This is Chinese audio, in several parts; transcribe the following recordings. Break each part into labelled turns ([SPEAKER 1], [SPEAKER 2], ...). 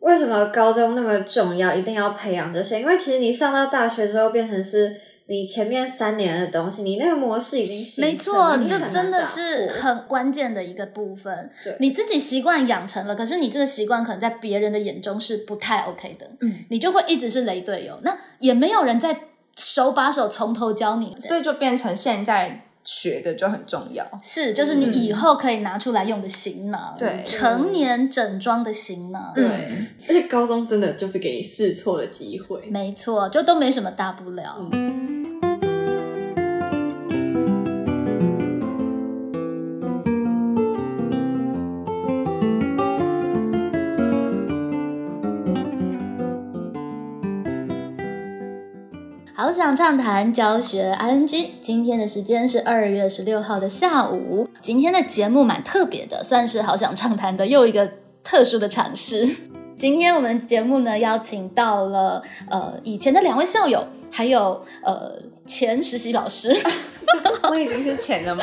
[SPEAKER 1] 为什么高中那么重要，一定要培养这些？因为其实你上到大学之后，变成是你前面三年的东西，你那个模式已经形成
[SPEAKER 2] 没错，
[SPEAKER 1] 了你
[SPEAKER 2] 这
[SPEAKER 1] 很难
[SPEAKER 2] 真的
[SPEAKER 1] 打
[SPEAKER 2] 是
[SPEAKER 1] 破
[SPEAKER 2] 很关键的一个部分
[SPEAKER 1] 对。
[SPEAKER 2] 你自己习惯养成了，可是你这个习惯可能在别人的眼中是不太 OK 的，
[SPEAKER 3] 嗯，
[SPEAKER 2] 你就会一直是雷队友，那也没有人在手把手从头教你，
[SPEAKER 3] 所以就变成现在学的就很重要。
[SPEAKER 2] 是就是
[SPEAKER 1] 嗯
[SPEAKER 2] 你以后可以拿出来用的行囊，
[SPEAKER 3] 对
[SPEAKER 2] 成年整装的行囊，
[SPEAKER 3] 嗯
[SPEAKER 4] 而且高中真的就是给你试错的机会。
[SPEAKER 2] 没错，就都没什么大不了。好想畅谈教学 ING，今天的时间是二月十六号的下午。今天的节目蛮特别的，算是好想畅谈的又一个特殊的尝试。今天我们节目呢邀请到了呃以前的两位校友，还有呃前实习老师，
[SPEAKER 3] 我已经是钱了吗？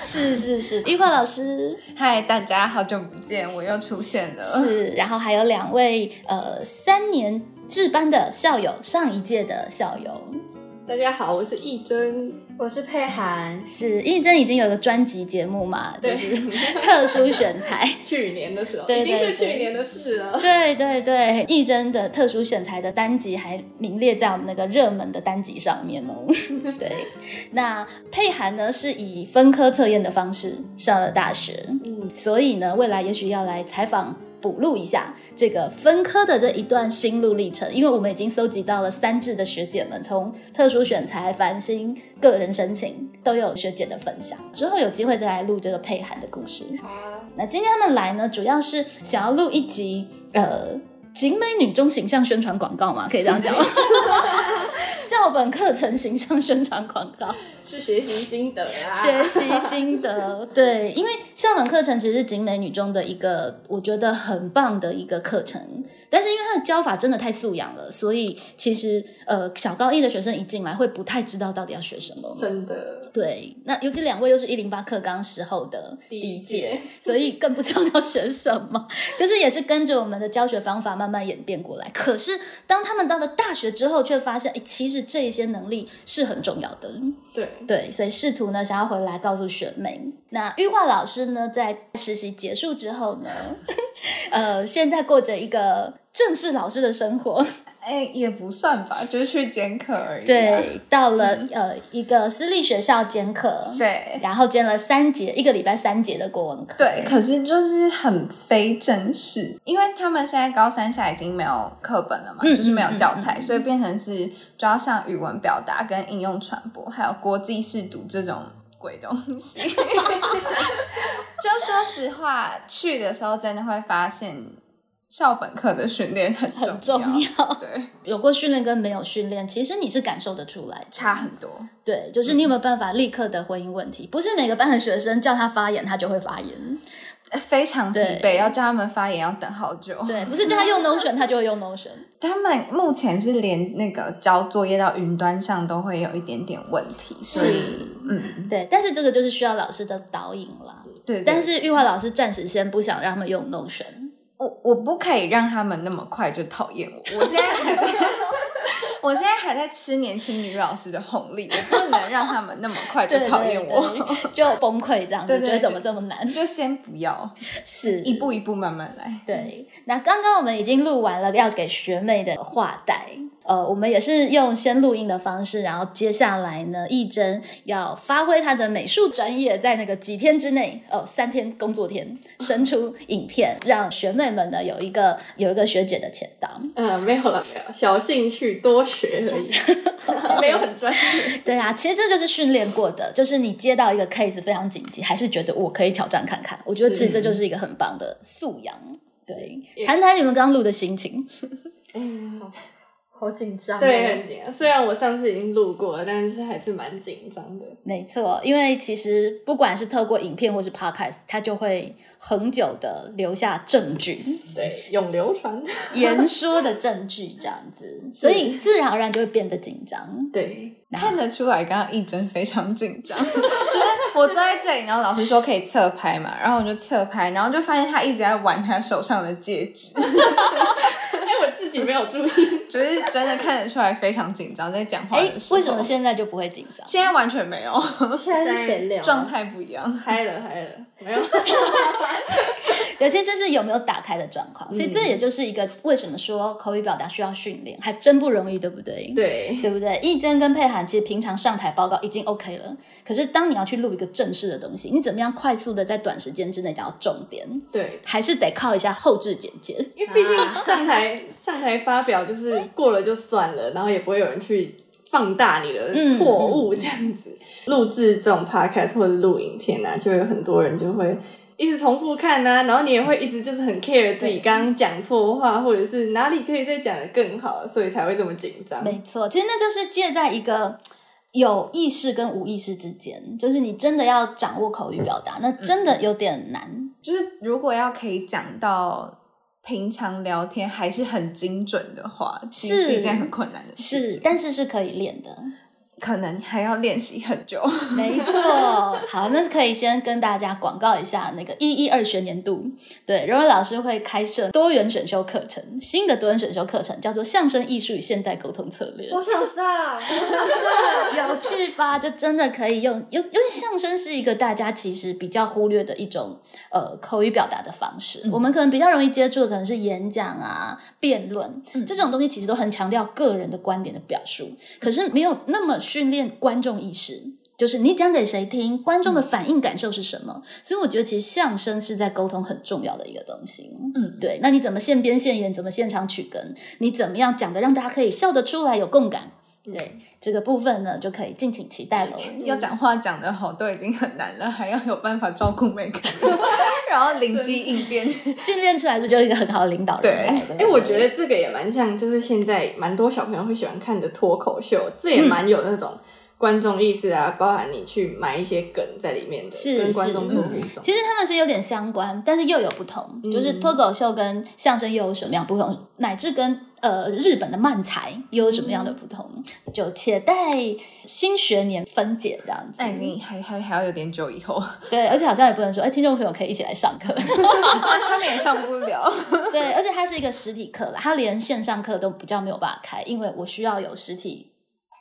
[SPEAKER 2] 是是是，玉慧老师
[SPEAKER 3] 嗨，大家好久不见，我又出现
[SPEAKER 2] 呃
[SPEAKER 3] 了。
[SPEAKER 2] 是，然后还有两位呃三年制班的校友，上一届的校友
[SPEAKER 4] 大家好，我是义珍，
[SPEAKER 1] 我是佩涵，
[SPEAKER 2] 是应征已经有个专辑节目嘛，就
[SPEAKER 4] 对
[SPEAKER 2] 是特殊选材。
[SPEAKER 4] 去年的时候
[SPEAKER 2] 对
[SPEAKER 4] 已经
[SPEAKER 2] 对
[SPEAKER 4] 是去
[SPEAKER 2] 对
[SPEAKER 4] 年的 事了。
[SPEAKER 2] 对对对，义珍的特殊选材的单集还名列在我们那个热门的单集上面哦。 对，那佩涵呢是以分科测验的方式上了大学，
[SPEAKER 4] 嗯，
[SPEAKER 2] 所以呢，未来也许要来采访补录一下这个分科的这一段心路历程，因为我们已经搜集到了三制的学姐们，从特殊选材、繁星、个人申请都有学姐的分享，之后有机会再来录这个佩涵的故事。那今天他们来呢，主要是想要录一集呃。景美女中形象宣传广告嘛，可以这样讲吗，校本课程形象宣传广告。
[SPEAKER 4] 是学习心得啊啦。
[SPEAKER 3] 啊
[SPEAKER 2] 学习心得，对，因为校本课程其实是景美女中的一个我觉得很棒的一个课程，但是因为它的教法真的太素养了，所以其实呃小高一的学生一进来会不太知道到底要学什么。
[SPEAKER 4] 真的，
[SPEAKER 2] 对，那尤其两位又是一零八课纲时候的第一届，所以更不知道要选什么，就是也是跟着我们的教学方法慢慢演变过来。可是当他们到了大学之后，却发现，哎，其实这些能力是很重要的。
[SPEAKER 4] 对，
[SPEAKER 2] 对，所以试图呢想要回来告诉学妹。那玉化老师呢，在实习结束之后呢， 呃，现在过着一个正式老师的生活。
[SPEAKER 3] 哎、也不算吧，就是去兼课而已啊。嗯
[SPEAKER 2] 对，到了、呃一个私立学校兼课，，
[SPEAKER 3] 对
[SPEAKER 2] 然后兼了三节，一个礼拜三节的国文课。
[SPEAKER 3] 对，可是就是很非正式，因为他们现在高三下已经没有课本了嘛，
[SPEAKER 2] 嗯
[SPEAKER 3] 就是没有
[SPEAKER 2] 嗯嗯
[SPEAKER 3] 教
[SPEAKER 2] 嗯
[SPEAKER 3] 材，所以变成是就要上语文表达、跟应用传播，还有国际试读这种鬼东西。 就说实话，去的时候真的会发现校本课的训练很
[SPEAKER 2] 很
[SPEAKER 3] 重
[SPEAKER 2] 重要
[SPEAKER 3] 对，
[SPEAKER 2] 有过训练跟没有训练，其实你是感受得出来的。
[SPEAKER 3] 差很多。
[SPEAKER 2] 对，就是你有没有办法立刻的回应问题？不是每个班的学生叫他发言，他就会发言。
[SPEAKER 3] 非常疲
[SPEAKER 2] 对
[SPEAKER 3] 惫，要叫他们发言要等好久。
[SPEAKER 2] 对，不是叫他用 Notion，他就会用 Notion。
[SPEAKER 3] 他们目前是连那个交作业到云端上都会有一点点问题，所以嗯，
[SPEAKER 2] 对，但是这个就是需要老师的导引啦。
[SPEAKER 3] 对。对
[SPEAKER 2] 但是玉华老师暂时先不想让他们用 Notion，
[SPEAKER 3] 我我不可以让他们那么快就讨厌我，我现在 还在。我现在还在吃年轻女老师的红利，我不能让他们那么快就
[SPEAKER 2] 对
[SPEAKER 3] 讨厌我，
[SPEAKER 2] 对对就崩溃这样子，
[SPEAKER 3] 对对
[SPEAKER 2] 觉得怎么
[SPEAKER 3] 就
[SPEAKER 2] 这么难？
[SPEAKER 3] 就先不要，
[SPEAKER 2] 是
[SPEAKER 3] 一步一步慢慢来。
[SPEAKER 2] 对，那刚刚我们已经录完了要给学妹的话带，呃，我们也是用先录音的方式，然后接下来呢，义珍要发挥她的美术专业，在那个几天之内，哦，三天工作天，生出影片，让学妹们呢有一个有一个学姐的前导。
[SPEAKER 4] 嗯，没有了，没有，小兴趣多学而已， 没有很专业。
[SPEAKER 2] 对啊，其实这就是训练过的，就是你接到一个 case 非常紧急，还是觉得我可以挑战看看。我觉得其实这就是一个很棒的素养。对，谈谈你们刚录的心情。
[SPEAKER 4] 嗯，
[SPEAKER 1] 好紧张哦。
[SPEAKER 4] 对，很紧张。虽然我上次已经录过了，但是还是蛮紧张的。
[SPEAKER 2] 没错，因为其实不管是透过影片或是 podcast，它就会恒久的留下证据，
[SPEAKER 4] 对，永流传。
[SPEAKER 2] 言说的证据这样 子，所以自然而然就会变得紧张。
[SPEAKER 4] 对，
[SPEAKER 3] 看得出来，刚刚一真非常紧张， 就是我坐在这里，然后老师说可以侧拍嘛，然后我就侧拍，然后就发现他一直在玩他手上的戒指，
[SPEAKER 4] 哎有注意，
[SPEAKER 3] 只是真的看得出来非常紧张，在讲话
[SPEAKER 2] 哎
[SPEAKER 3] 的，时候。
[SPEAKER 2] 为什么现在就不会紧张？
[SPEAKER 3] 现在完全没有？
[SPEAKER 1] 现在是闲聊啊，
[SPEAKER 3] 状态不一样。
[SPEAKER 4] 嗨了嗨了，没有。
[SPEAKER 2] 尤其这是有没有打开的状况，所以这也就是一个为什么说口语表达需要训练，还真不容易，对不对？
[SPEAKER 4] 对，
[SPEAKER 2] 对不对？义珍跟佩涵其实平常上台报告已经 OK 了，可是当你要去录一个正式的东西，你怎么样快速的在短时间之内讲到重点，
[SPEAKER 4] 对，
[SPEAKER 2] 还是得靠一下后置剪接。
[SPEAKER 4] 因为毕竟上台、上台发表就是过了就算了，然后也不会有人去放大你的
[SPEAKER 2] 嗯
[SPEAKER 4] 错误这样子。录制这种 podcast 或者录影片啊，就有很多人就会。一直重复看呐、然后你也会一直就是很 care 自己刚刚讲错话，或者是哪里可以再讲的更好，所以才会这么紧张。
[SPEAKER 2] 没错，其实那就是介在一个有意识跟无意识之间，就是你真的要掌握口语表达，那真的有点难。
[SPEAKER 3] 就是如果要可以讲到平常聊天还是很精准的话，其实
[SPEAKER 2] 是
[SPEAKER 3] 是一件很困难的
[SPEAKER 2] 嗯
[SPEAKER 3] 事
[SPEAKER 2] 是，
[SPEAKER 3] 情，
[SPEAKER 2] 但是是可以练的。
[SPEAKER 3] 可能还要练习很久。
[SPEAKER 2] 没错，好，那可以先跟大家广告一下那个一一二学年度，对，柔柔老师会开设多元选修课程，新的多元选修课程叫做相声艺术与现代沟通策略，
[SPEAKER 1] 我想 上，
[SPEAKER 2] 有趣吧？就真的可以用，因为因为相声是一个大家其实比较忽略的一种呃口语表达的方式，
[SPEAKER 4] 嗯
[SPEAKER 2] 我们可能比较容易接触的可能是演讲啊、辩论、
[SPEAKER 4] 嗯
[SPEAKER 2] 这种东西，其实都很强调个人的观点的表述，可是没有那么训练观众意识。就是你讲给谁听，观众的反应感受是什么？所以我觉得其实相声是在沟通很重要的一个东西。
[SPEAKER 3] 嗯，
[SPEAKER 2] 对。那你怎么现编现演？怎么现场取哏？你怎么样讲的让大家可以笑得出来，有共感？
[SPEAKER 4] 嗯
[SPEAKER 2] 对这个部分呢，就可以敬请期待喽。
[SPEAKER 3] 要讲话讲得好都已经很难了，还要有办法照顾每个 人，然后灵机应变。
[SPEAKER 2] 训练出来不就一个很好的领导人才？对不
[SPEAKER 4] 哎、
[SPEAKER 2] 对
[SPEAKER 4] 我觉得这个也蛮像，就是现在蛮多小朋友会喜欢看的脱口秀，
[SPEAKER 2] 嗯
[SPEAKER 4] 这也蛮有那种观众意识啊，包含你去埋一些梗在里面的，
[SPEAKER 2] 是
[SPEAKER 4] 跟观众
[SPEAKER 2] 是嗯
[SPEAKER 4] 做互动。嗯
[SPEAKER 2] 其实他们是有点相关，但是又有不同。就是脱口秀跟相声又有什么样不同，乃至跟呃日本的漫才又有什么样的不同，就且待新学年分解这样子。
[SPEAKER 3] 那已经还还还要有点久 以后，
[SPEAKER 2] 对，而且好像也不能说，哎，听众朋友可以一起来上课。
[SPEAKER 3] 他们也上不了。
[SPEAKER 2] 对，而且它是一个实体课啦，它连线上课都比较没有办法开，因为我需要有实体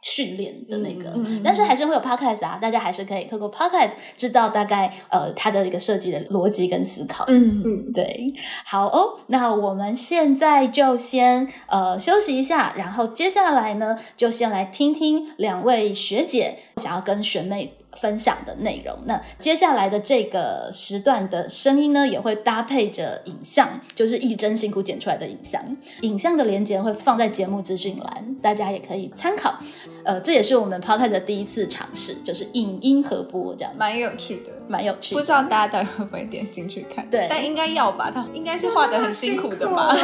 [SPEAKER 2] 训练的那
[SPEAKER 4] 嗯
[SPEAKER 2] 个，但是还是会有 podcast 啊，大家还是可以透过 podcast 知道大概呃它的一个设计的逻辑跟思考。
[SPEAKER 3] 嗯，
[SPEAKER 2] 对，好哦，那我们现在就先呃休息一下，然后接下来呢，就先来听听两位学姐想要跟学妹分享的内容。那接下来的这个时段的声音呢，也会搭配着影像，就是一真辛苦剪出来的影像，影像的连接会放在节目资讯栏，大家也可以参考。呃，这也是我们抛开的第一次尝试，就是影音合播这样子，
[SPEAKER 3] 蛮有趣的。
[SPEAKER 2] 蛮有趣
[SPEAKER 3] 不
[SPEAKER 2] 的。
[SPEAKER 3] 知道大家到底会不会点进去看？
[SPEAKER 2] 对啊
[SPEAKER 3] 但应该要吧，他应该是画的很辛苦的吧？
[SPEAKER 1] 欸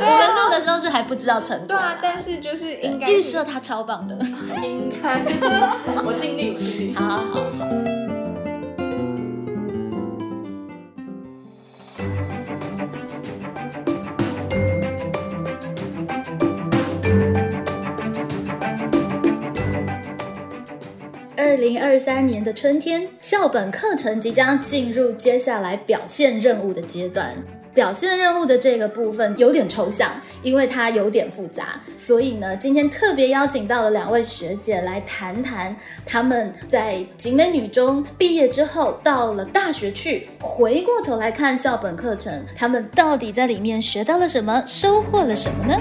[SPEAKER 2] 对啊，录的时候是还不知道成果
[SPEAKER 3] 对
[SPEAKER 2] 啦
[SPEAKER 3] 啊，但是就是应该
[SPEAKER 2] 预
[SPEAKER 3] 是
[SPEAKER 2] 设他超棒的。
[SPEAKER 4] 应该， 我尽力，我尽力。
[SPEAKER 2] 嗯好好好好，二零二三年的春天，校本课程即将进入接下来表现任务的阶段。表现任务的这个部分有点抽象，因为它有点复杂，所以呢，今天特别邀请到了两位学姐来谈谈她们在景美女中毕业之后，到了大学去，回过头来看校本课程，她们到底在里面学到了什么，收获了什么呢？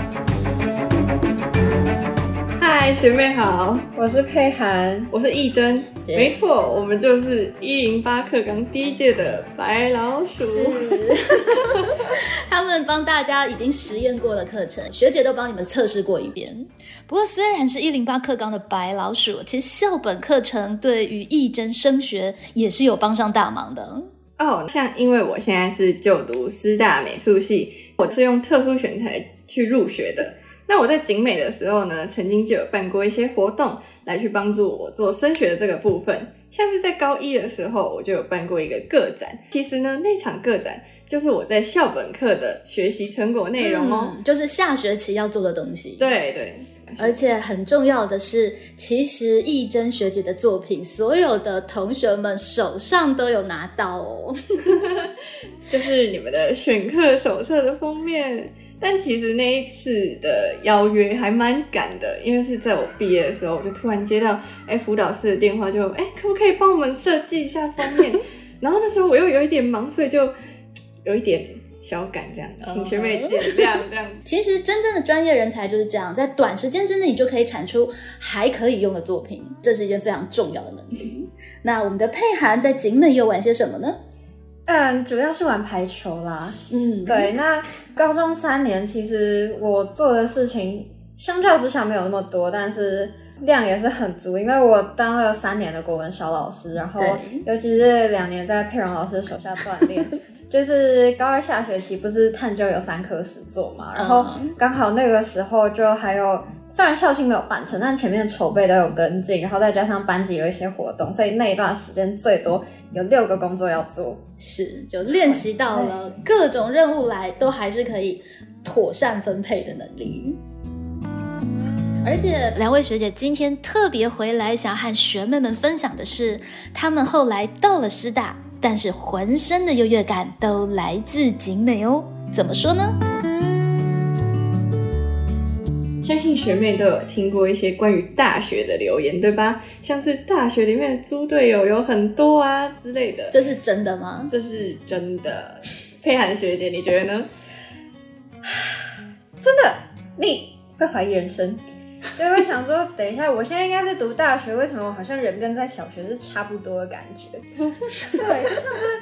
[SPEAKER 4] 嗨，学妹好，
[SPEAKER 1] 我是佩涵，
[SPEAKER 4] 我是义珍。
[SPEAKER 2] 对
[SPEAKER 4] 没错，我们就是一零八课纲第一届的白老鼠。
[SPEAKER 2] 是， 他们帮大家已经实验过的课程，学姐都帮你们测试过一遍。不过，虽然是一零八课纲的白老鼠，其实校本课程对于义真升学也是有帮上大忙的。
[SPEAKER 4] 哦，像因为我现在是就读师大美术系，我是用特殊选材去入学的。那我在景美的时候呢，曾经就有办过一些活动来去帮助我做升学的这个部分。像是在高一的时候，我就有办过一个个展。其实呢，那场个展就是我在校本课的学习成果内容哦。
[SPEAKER 2] 嗯就是下学期要做的东西。。
[SPEAKER 4] 对对，
[SPEAKER 2] 而且很重要的是，其实义珍学姐的作品，所有的同学们手上都有拿到哦。
[SPEAKER 4] 就是你们的选课手册的封面。但其实那一次的邀约还蛮赶的，因为是在我毕业的时候，我就突然接到哎辅导室的电话就，哎可不可以帮我们设计一下封面？ 然后那时候我又有一点忙，所以就嘖有一点小赶这样，请学
[SPEAKER 2] 嗯
[SPEAKER 4] 妹见谅这样。
[SPEAKER 2] 其实真正的专业人才就是这样，在短时间之内你就可以产出还可以用的作品，这是一件非常重要的能力。那我们的佩涵在景美又玩些什么呢？
[SPEAKER 1] 嗯，主要是玩排球啦。
[SPEAKER 2] 嗯，
[SPEAKER 1] 对，那高中三年，其实我做的事情相较之下没有那么多，但是量也是很足，因为我当了三年的国文小老师，然后
[SPEAKER 2] 对
[SPEAKER 1] 尤其是两年在佩蓉老师手下锻炼。 就是高二下学期不是探究有三科实作嘛，然后
[SPEAKER 2] 嗯
[SPEAKER 1] 刚好那个时候就还有，虽然校庆没有办成，但前面筹备都有跟进，然后再加上班级有一些活动，所以那一段时间最多有六个工作要做。
[SPEAKER 2] 是就练习到了各种任务来，都还是可以妥善分配的能力。而且两位学姐今天特别回来，想要和学妹们分享的是，她们后来到了师大，但是浑身的优越感都来自景美哦。怎么说呢？
[SPEAKER 4] 相信学妹都有听过一些关于大学的留言，对吧？像是大学里面的猪队友有很多啊之类的。
[SPEAKER 2] 这是真的吗？
[SPEAKER 4] 这是真的。 佩涵学姐，你觉得呢？
[SPEAKER 1] 你会怀疑人生，所以会想说，等一下，我现在应该是读大学，为什么我好像人跟在小学是差不多的感觉？对，就像是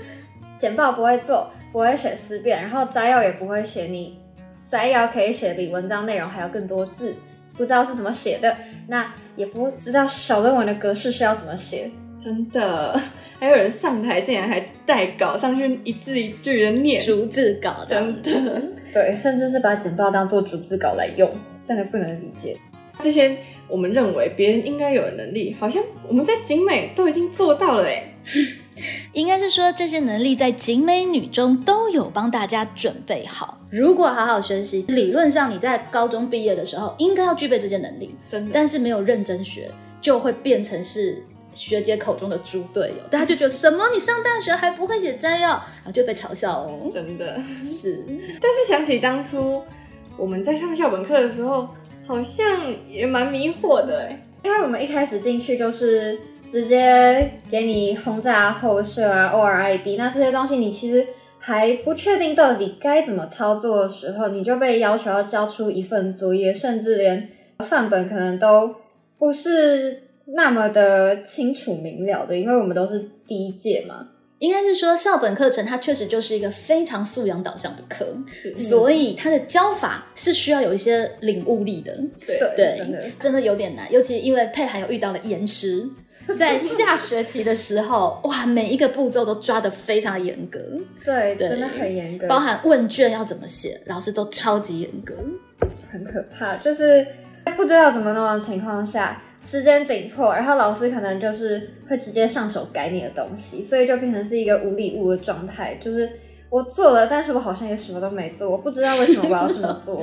[SPEAKER 1] 简报不会做，不会写思辨，然后摘要也不会写你，摘要可以写比文章内容还要更多字，不知道是怎么写的，那也不知道小论文的格式是要怎么写。
[SPEAKER 4] 真的， 还有人上台竟然还带稿上去，一字一句的念。
[SPEAKER 2] 逐字稿这样子
[SPEAKER 4] 真的
[SPEAKER 1] 对，甚至是把简报当做逐字稿来用，真的不能理解。
[SPEAKER 4] 这些我们认为别人应该有的能力，好像我们在景美都已经做到了哎。
[SPEAKER 2] 应该是说这些能力在景美女中都有帮大家准备好。如果好好学习，理论上你在高中毕业的时候应该要具备这些能力，
[SPEAKER 4] 真的，
[SPEAKER 2] 但是没有认真学，就会变成是学姐口中的猪队友。大家就觉得什么你上大学还不会写摘要，然后就被嘲笑哦。
[SPEAKER 4] 真的。
[SPEAKER 2] 是，
[SPEAKER 4] 但是想起当初我们在上校本课的时候，好像也蛮迷惑的哎。
[SPEAKER 1] 因为我们一开始进去就是直接给你轰炸后设啊、ORID，那这些东西你其实还不确定到底该怎么操作的时候，你就被要求要交出一份作业，甚至连范本可能都不是那么的清楚明了的，因为我们都是第一届嘛。
[SPEAKER 2] 应该是说校本课程它确实就是一个非常素养导向的课，
[SPEAKER 4] 是嗯
[SPEAKER 2] 所以它的教法是需要有一些领悟力的。
[SPEAKER 4] 对
[SPEAKER 1] 对，
[SPEAKER 2] 对，
[SPEAKER 1] 真的。
[SPEAKER 2] 有点难，尤其因为佩涵有遇到了严 师，在下学期的时候，哇，每一个步骤都抓得非常严格，
[SPEAKER 1] 对，
[SPEAKER 2] 对
[SPEAKER 1] 真的很严格，
[SPEAKER 2] 包含问卷要怎么写，老师都超级严 格。
[SPEAKER 1] 很可怕，就是不知道怎么弄的情况下，时间紧迫，然后老师可能就是会直接上手改你的东西，所以就变成是一个无礼物的状态，就是。我做了，但是我好像也什么都没做，我不知道为什么我要这么做。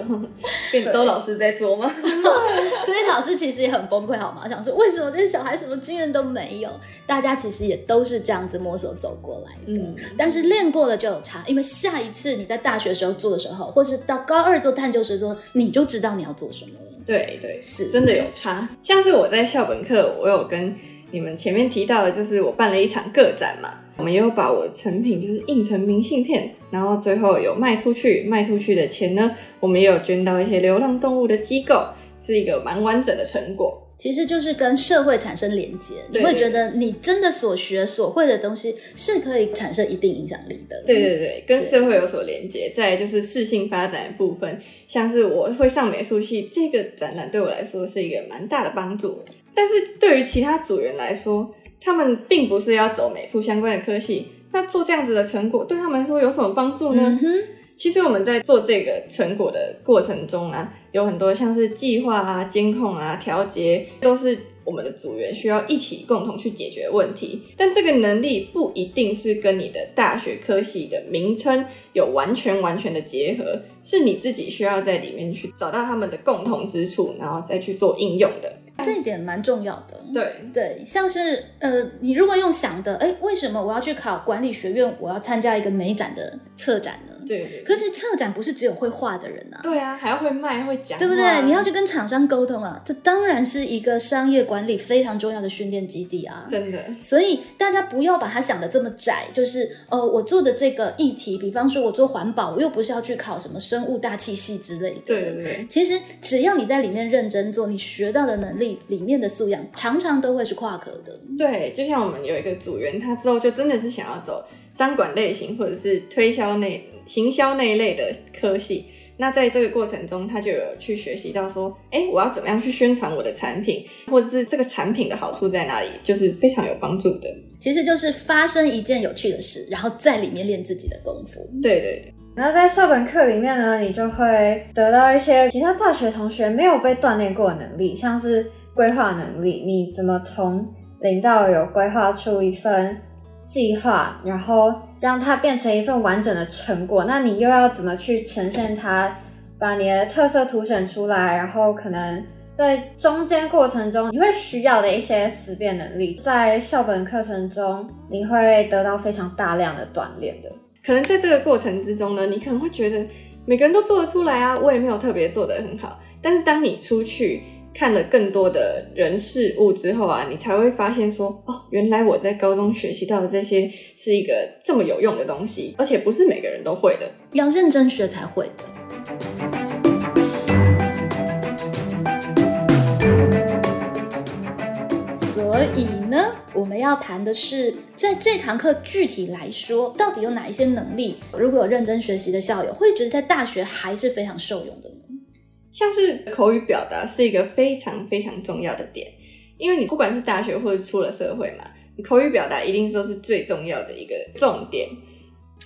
[SPEAKER 4] 变得都老师在做吗？
[SPEAKER 2] 所以老师其实也很崩溃，好吗？想说为什么这些小孩什么经验都没有？大家其实也都是这样子摸索走过来的。
[SPEAKER 4] 嗯
[SPEAKER 2] 但是练过了就有差，因为下一次你在大学时候做的时候，或是到高二做探究时做，你就知道你要做什么了。
[SPEAKER 4] 对对，
[SPEAKER 2] 是
[SPEAKER 4] 真的有差。像是我在校本课，我有跟你们前面提到的，就是我办了一场个展嘛，我们也有把我的成品就是印成明信片，然后最后有卖出去，卖出去的钱呢，我们也有捐到一些流浪动物的机构，是一个蛮完整的成果。
[SPEAKER 2] 其实就是跟社会产生连接，你
[SPEAKER 4] 对
[SPEAKER 2] 会觉得你真的所学所会的东西是可以产生一定影响力的。
[SPEAKER 4] 对对对，跟社会有所连接。再来就是适性发展的部分，像是我会上美术系这个展览，对我来说是一个蛮大的帮助。但是对于其他组员来说，他们并不是要走美术相关的科系，那做这样子的成果对他们来说有什么帮助呢？
[SPEAKER 2] 嗯哼，
[SPEAKER 4] 其实我们在做这个成果的过程中啊，有很多像是计划啊、监控啊、调节，都是我们的组员需要一起共同去解决问题。但这个能力不一定是跟你的大学科系的名称有完全完全的结合，是你自己需要在里面去找到他们的共同之处，然后再去做应用的。
[SPEAKER 2] 这一点蛮重要的。
[SPEAKER 4] 对，
[SPEAKER 2] 对，像是呃，你如果用想的，哎，为什么我要去考管理学院？我要参加一个美展的策展呢？
[SPEAKER 4] 对对
[SPEAKER 2] 可是策展不是只有会画的人啊，
[SPEAKER 4] 对啊，还要会卖会讲话，
[SPEAKER 2] 对不对？你要去跟厂商沟通啊，这当然是一个商业管理非常重要的训练基地啊。
[SPEAKER 4] 真的
[SPEAKER 2] 所以大家不要把它想的这么窄，就是呃，我做的这个议题，比方说我做环保，我又不是要去考什么生物大气系之类的。
[SPEAKER 4] 对对对
[SPEAKER 2] 其实只要你在里面认真做，你学到的能力里面的素养，常常都会是跨壳的。
[SPEAKER 4] 对，就像我们有一个组员，他之后就真的是想要走商管类型或者是推销那行销那一类的科系。那在这个过程中，他就有去学习到说，哎、我要怎么样去宣传我的产品，或者是这个产品的好处在哪里，就是非常有帮助的。
[SPEAKER 2] 其实就是发生一件有趣的事，然后在里面练自己的功夫。
[SPEAKER 4] 对对
[SPEAKER 1] 然后在校本课里面呢，你就会得到一些其他大学同学没有被锻炼过的能力，像是规划能力，你怎么从零到有规划出一份计划，然后让它变成一份完整的成果，那你又要怎么去呈现它，把你的特色凸显出来，然后可能。在中间过程中，你会需要的一些思辨能力，在校本课程中，你会得到非常大量的锻炼的。
[SPEAKER 4] 可能在这个过程之中呢，你可能会觉得每个人都做得出来啊，我也没有特别做得很好。但是当你出去看了更多的人事物之后啊，你才会发现说，哦，原来我在高中学习到的这些是一个这么有用的东西，而且不是每个人都会的。
[SPEAKER 2] 要认真学才会的。所以呢，我们要谈的是，在这堂课具体来说，到底有哪一些能力？如果有认真学习的校友，会觉得在大学还是非常受用的呢？
[SPEAKER 4] 像是口语表达是一个非常非常重要的点，因为你不管是大学或者出了社会嘛，你口语表达一定说是最重要的一个重点。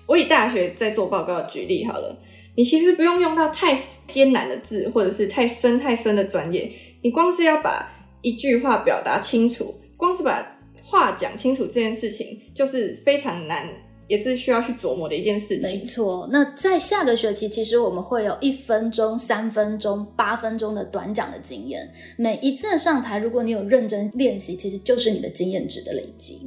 [SPEAKER 4] 我以大学在做报告举例好了，你其实不用用到太艰难的字，或者是太深太深的专业，你光是要把一句话表达清楚，光是把话讲清楚这件事情，就是非常难，也是需要去琢磨的一件事
[SPEAKER 2] 没
[SPEAKER 4] 情。
[SPEAKER 2] 错，那在下个学期，其实我们会有一分钟、三分钟、八分钟的短讲的经验。每一次的上台，如果你有认真练习，其实就是你的经验值的累积。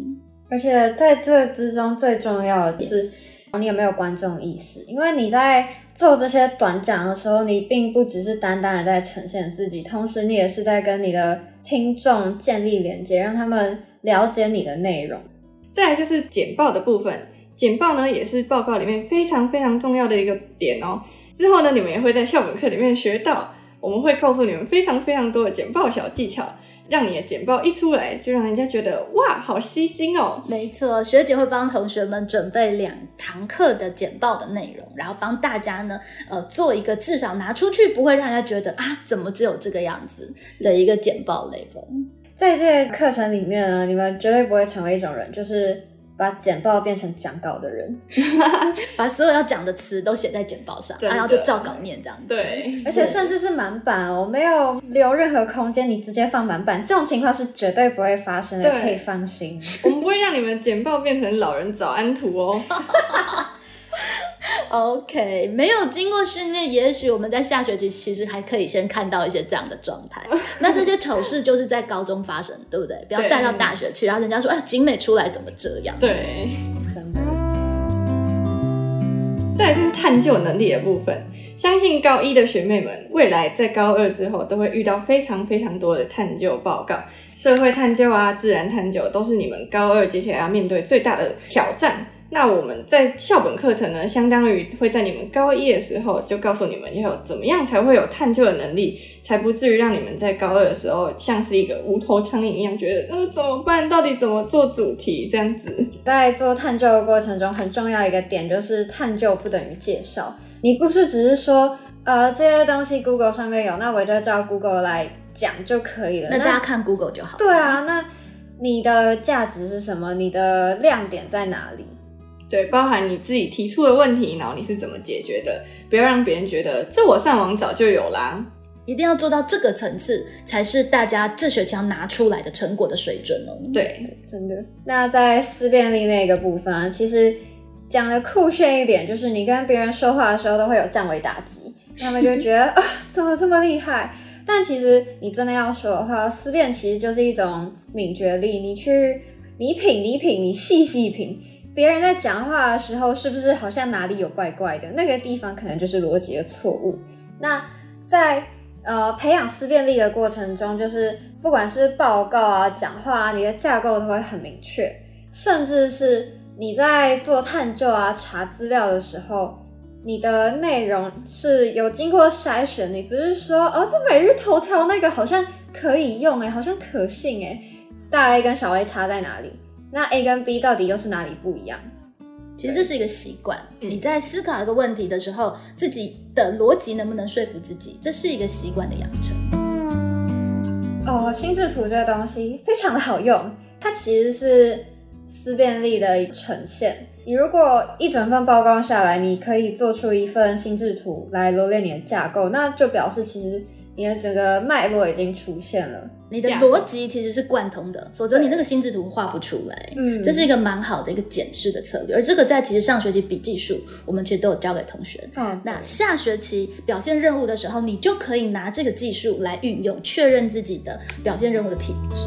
[SPEAKER 1] 而且在这之中最重要的是，你有没有观众意识？因为你在做这些短讲的时候，你并不只是单单的在呈现自己，同时你也是在跟你的听众建立连接，让他们了解你的内容。
[SPEAKER 4] 再来就是简报的部分，简报呢也是报告里面非常非常重要的一个点哦。之后呢，你们也会在校本课里面学到，我们会告诉你们非常非常多的简报小技巧，让你的简报一出来就让人家觉得哇，好吸睛哦。
[SPEAKER 2] 没错，学姐会帮同学们准备两堂课的简报的内容，然后帮大家呢，呃，做一个至少拿出去不会让人家觉得啊，怎么只有这个样子的一个简报 level。
[SPEAKER 1] 在这个课程里面呢，你们绝对不会成为一种人，就是把简报变成讲稿的人。
[SPEAKER 2] 把所有要讲的词都写在简报上，
[SPEAKER 4] 真
[SPEAKER 2] 啊
[SPEAKER 4] 的
[SPEAKER 2] 然后就照稿念这样子。
[SPEAKER 4] 对，
[SPEAKER 1] 而且甚至是满版哦，没有留任何空间，你直接放满版，这种情况是绝对不会发生的，
[SPEAKER 4] 对
[SPEAKER 1] 可以放心。
[SPEAKER 4] 我们不会让你们简报变成老人早安图哦。
[SPEAKER 2] OK，没有经过训练，也许我们在下学期其实还可以先看到一些这样的状 态。那这些丑事就是在高中发生，对不对？不要
[SPEAKER 4] 对
[SPEAKER 2] 带到大学去，然后人家说，哎，景美出来怎么这样？
[SPEAKER 4] 对。
[SPEAKER 1] 真的，
[SPEAKER 4] 再来就是探究能力的部分，相信高一的学妹们未来在高二之后都会遇到非常非常多的探究报告，社会探究啊、自然探究都是你们高二接下来要面对最大的挑战。那我们在校本课程呢，相当于会在你们高一的时候就告诉你们要有怎么样才会有探究的能力，才不至于让你们在高二的时候像是一个无头苍蝇一样，觉得嗯怎么办？到底怎么做主题这样子？
[SPEAKER 1] 在做探究的过程中，很重要一个点就是探究不等于介绍。你不是只是说，呃，这些东西 Google 上面有，那我就照 Google 来讲就可以了。
[SPEAKER 2] 那大家看 Google 就好。
[SPEAKER 1] 对，啊，那你的价值是什么？你的亮点在哪里？
[SPEAKER 4] 对，包含你自己提出的问题，然后你是怎么解决的，不要让别人觉得这我上网早就有啦。
[SPEAKER 2] 一定要做到这个层次，才是大家这学期要拿出来的成果的水准哦。
[SPEAKER 4] 对，
[SPEAKER 1] 真的。那在思辨力那个部分啊，其实讲的酷炫一点，就是你跟别人说话的时候都会有降维打击，他们就会觉得啊，怎么这么厉害？但其实你真的要说的话，思辨其实就是一种敏觉力，你去你品你品你细细品，别人在讲话的时候，是不是好像哪里有怪怪的？那个地方可能就是逻辑的错误。那在呃培养思辨力的过程中，就是不管是报告啊、讲话啊，你的架构都会很明确，甚至是你在做探究啊、查资料的时候，你的内容是有经过筛选，你不是说哦，这每日头条那个好像可以用欸诶、好像可信诶、大 A 跟小 A 差在哪里？那 A 跟 B 到底又是哪里不一样？
[SPEAKER 2] 其实这是一个习惯。
[SPEAKER 4] 嗯
[SPEAKER 2] 你在思考一个问题的时候，自己的逻辑能不能说服自己，这是一个习惯的养成。
[SPEAKER 1] 哦，心智图这个东西非常的好用，它其实是思辨力的呈现。你如果一整份报告下来，你可以做出一份心智图来罗列你的架构，那就表示其实你的整个脉络已经出现了。
[SPEAKER 2] 你的
[SPEAKER 4] Yeah
[SPEAKER 2] 逻辑其实是贯通的，否则你
[SPEAKER 1] 对
[SPEAKER 2] 那个心智图画不出来。
[SPEAKER 1] 嗯
[SPEAKER 2] 这是一个蛮好的一个检视的策略，而这个在其实上学期笔记术我们其实都有教给同学。
[SPEAKER 1] 嗯，
[SPEAKER 2] 那下学期表现任务的时候，你就可以拿这个技术来运用，确认自己的表现任务的品质。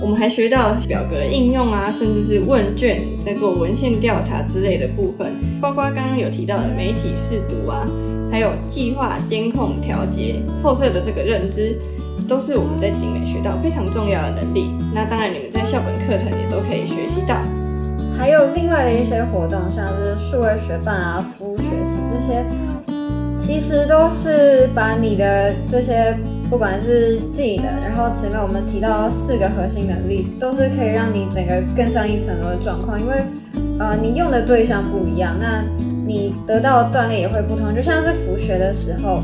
[SPEAKER 4] 我们还学到表格应用啊，甚至是问卷在做文献调查之类的部分，包括刚刚有提到的媒体试读啊，还有计划、监控、调节、后设的这个认知，都是我们在景美学到非常重要的能力。那当然，你们在校本课程也都可以学习到。
[SPEAKER 1] 还有另外的一些活动，像是数位学伴啊、服务学习这些，其实都是把你的这些不管是技能，然后前面我们提到四个核心能力，都是可以让你整个更上一层楼的状况，因为呃你用的对象不一样，那你得到的锻炼也会不同。就像是服学的时候，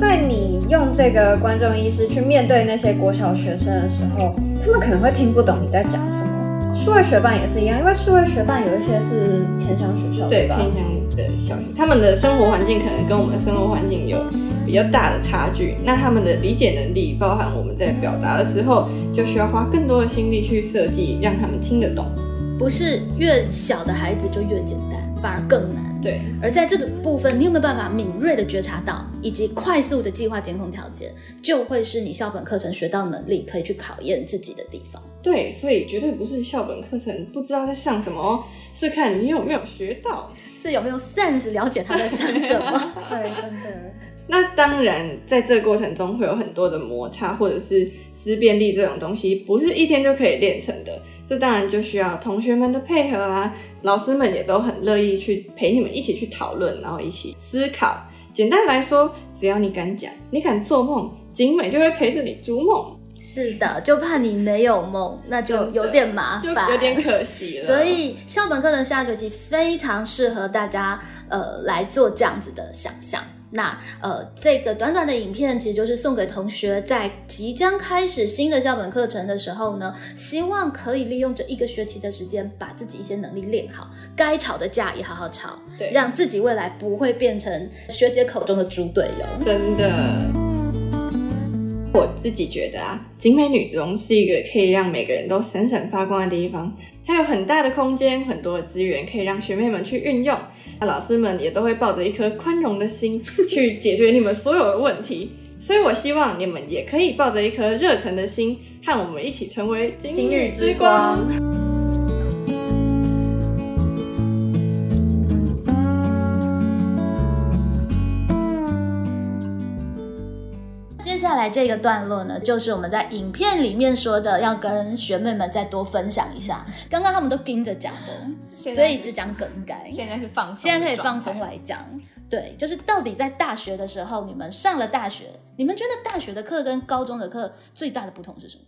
[SPEAKER 1] 在你用这个观众意识去面对那些国小学生的时候，他们可能会听不懂你在讲什么。数位学伴也是一样，因为数位学伴有一些是偏向学校的
[SPEAKER 4] 对，
[SPEAKER 1] 吧
[SPEAKER 4] 偏？向的小学，他们的生活环境可能跟我们的生活环境有比较大的差距，那他们的理解能力，包含我们在表达的时候，就需要花更多的心力去设计，让他们听得懂。
[SPEAKER 2] 不是越小的孩子就越简单，反而更难。
[SPEAKER 4] 对，
[SPEAKER 2] 而在这个部分，你有没有办法敏锐的觉察到，以及快速的计划监控条件，就会是你校本课程学到能力可以去考验自己的地方。
[SPEAKER 4] 对，所以绝对不是校本课程不知道在上什么哦，是看你有没有学到。
[SPEAKER 2] 是有没有 sense 了解他在想什么？
[SPEAKER 1] 对，真的。
[SPEAKER 4] 那当然，在这个过程中会有很多的摩擦，或者是思辨力这种东西，不是一天就可以练成的。这当然就需要同学们的配合啊，老师们也都很乐意去陪你们一起去讨论，然后一起思考。简单来说，只要你敢讲，你敢做梦，景美就会陪着你逐梦，
[SPEAKER 2] 是的，就怕你没有梦，那就有点麻
[SPEAKER 4] 就
[SPEAKER 2] 烦，
[SPEAKER 4] 有点可惜了。
[SPEAKER 2] 所以校本课程下学期非常适合大家呃来做这样子的想象。那呃，这个短短的影片其实就是送给同学，在即将开始新的校本课程的时候呢，希望可以利用这一个学期的时间，把自己一些能力练好，该吵的架也好好吵，
[SPEAKER 4] 对，
[SPEAKER 2] 让自己未来不会变成学姐口中的猪队友。
[SPEAKER 4] 真的。我自己觉得啊，景美女中是一个可以让每个人都闪闪发光的地方，它有很大的空间，很多的资源可以让学妹们去运用。那老师们也都会抱着一颗宽容的心 去解决你们所有的问题，所以我希望你们也可以抱着一颗热忱的心，和我们一起成为金
[SPEAKER 1] 金
[SPEAKER 4] 女
[SPEAKER 1] 日之
[SPEAKER 4] 之光。
[SPEAKER 1] 光
[SPEAKER 2] 接下来这个段落呢，就是我们在影片里面说的，要跟学妹们再多分享一下。刚刚他们都盯着讲的，
[SPEAKER 3] 现
[SPEAKER 2] 所
[SPEAKER 3] 在
[SPEAKER 2] 以
[SPEAKER 3] 是
[SPEAKER 2] 只讲梗概。
[SPEAKER 3] 现在是放松的状态，
[SPEAKER 2] 现在可以放松来讲，对，就是到底在大学的时候，你们上了大学，你们觉得大学的课跟高中的课最大的不同是什么？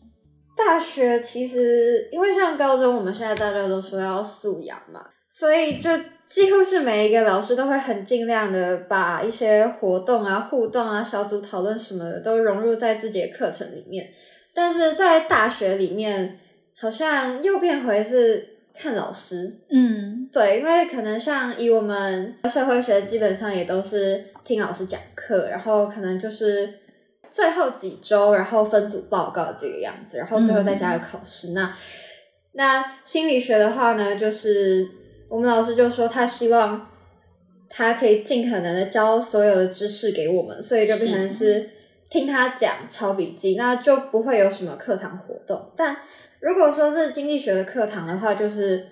[SPEAKER 1] 大学其实因为像高中，我们现在大家都说要素养嘛，所以就几乎是每一个老师都会很尽量的把一些活动啊、互动啊、小组讨论什么的都融入在自己的课程里面。但是在大学里面，好像又变回是看老师，
[SPEAKER 2] 嗯，
[SPEAKER 1] 对，因为可能像以我们社会学基本上也都是听老师讲课，然后可能就是最后几周，然后分组报告这个样子，然后最后再加个考试。那那心理学的话呢，就是我们老师就说他希望他可以尽可能的教所有的知识给我们，所以就变成是听他讲抄笔记，那就不会有什么课堂活动。但如果说是经济学的课堂的话，就是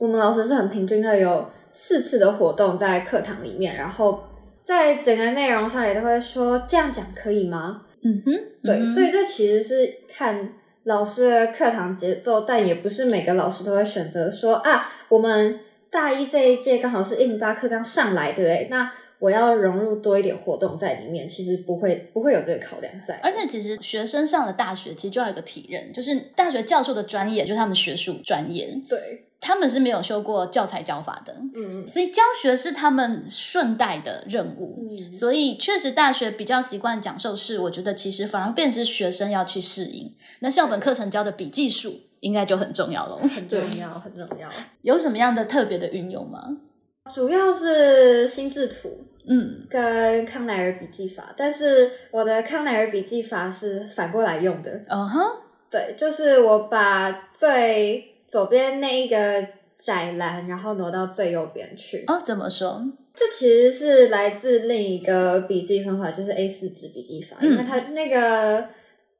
[SPEAKER 1] 我们老师是很平均的，有四次的活动在课堂里面，然后在整个内容上也都会说这样讲可以吗？
[SPEAKER 2] 嗯哼，
[SPEAKER 1] 对，
[SPEAKER 2] 嗯哼
[SPEAKER 1] 所以这其实是看老师的课堂节奏，但也不是每个老师都会选择说啊，我们大一这一届刚好是印巴课刚上来，对不对？那我要融入多一点活动在里面，其实不会不会有这个考量在。
[SPEAKER 2] 而且其实学生上了大学，其实就要有一个体认，就是大学教授的专业就是他们学术专业，
[SPEAKER 1] 对，
[SPEAKER 2] 他们是没有修过教材教法的，
[SPEAKER 1] 嗯
[SPEAKER 2] 所以教学是他们顺带的任务。
[SPEAKER 1] 嗯，
[SPEAKER 2] 所以确实，大学比较习惯讲授式，我觉得其实反而变成是学生要去适应。那校本课程教的笔记术应该就很重要喽。
[SPEAKER 1] 很重要，很重要。
[SPEAKER 2] 有什么样的特别的运用吗？
[SPEAKER 1] 主要是心智图
[SPEAKER 2] 嗯，
[SPEAKER 1] 跟康奈尔笔记法，但是我的康奈尔笔记法是反过来用的。
[SPEAKER 2] 嗯哼，
[SPEAKER 1] 对，就是我把最左边那一个窄栏，然后挪到最右边去。
[SPEAKER 2] 哦，怎么说？
[SPEAKER 1] 这其实是来自另一个笔记方法，就是 A 四纸笔记法，
[SPEAKER 2] 嗯
[SPEAKER 1] 因为它那个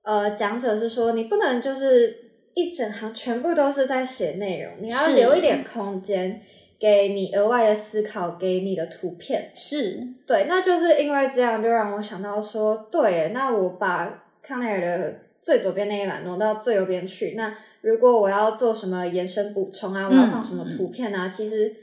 [SPEAKER 1] 呃讲者是说，你不能就是一整行全部都是在写内容，你要
[SPEAKER 2] 是
[SPEAKER 1] 留一点空间给你额外的思考，给你的图片。
[SPEAKER 2] 是，
[SPEAKER 1] 对，那就是因为这样，就让我想到说，对耶，那我把康奈尔的最左边那一栏挪到最右边去。那如果我要做什么延伸补充啊，我
[SPEAKER 2] 嗯
[SPEAKER 1] 要放什么图片啊，其实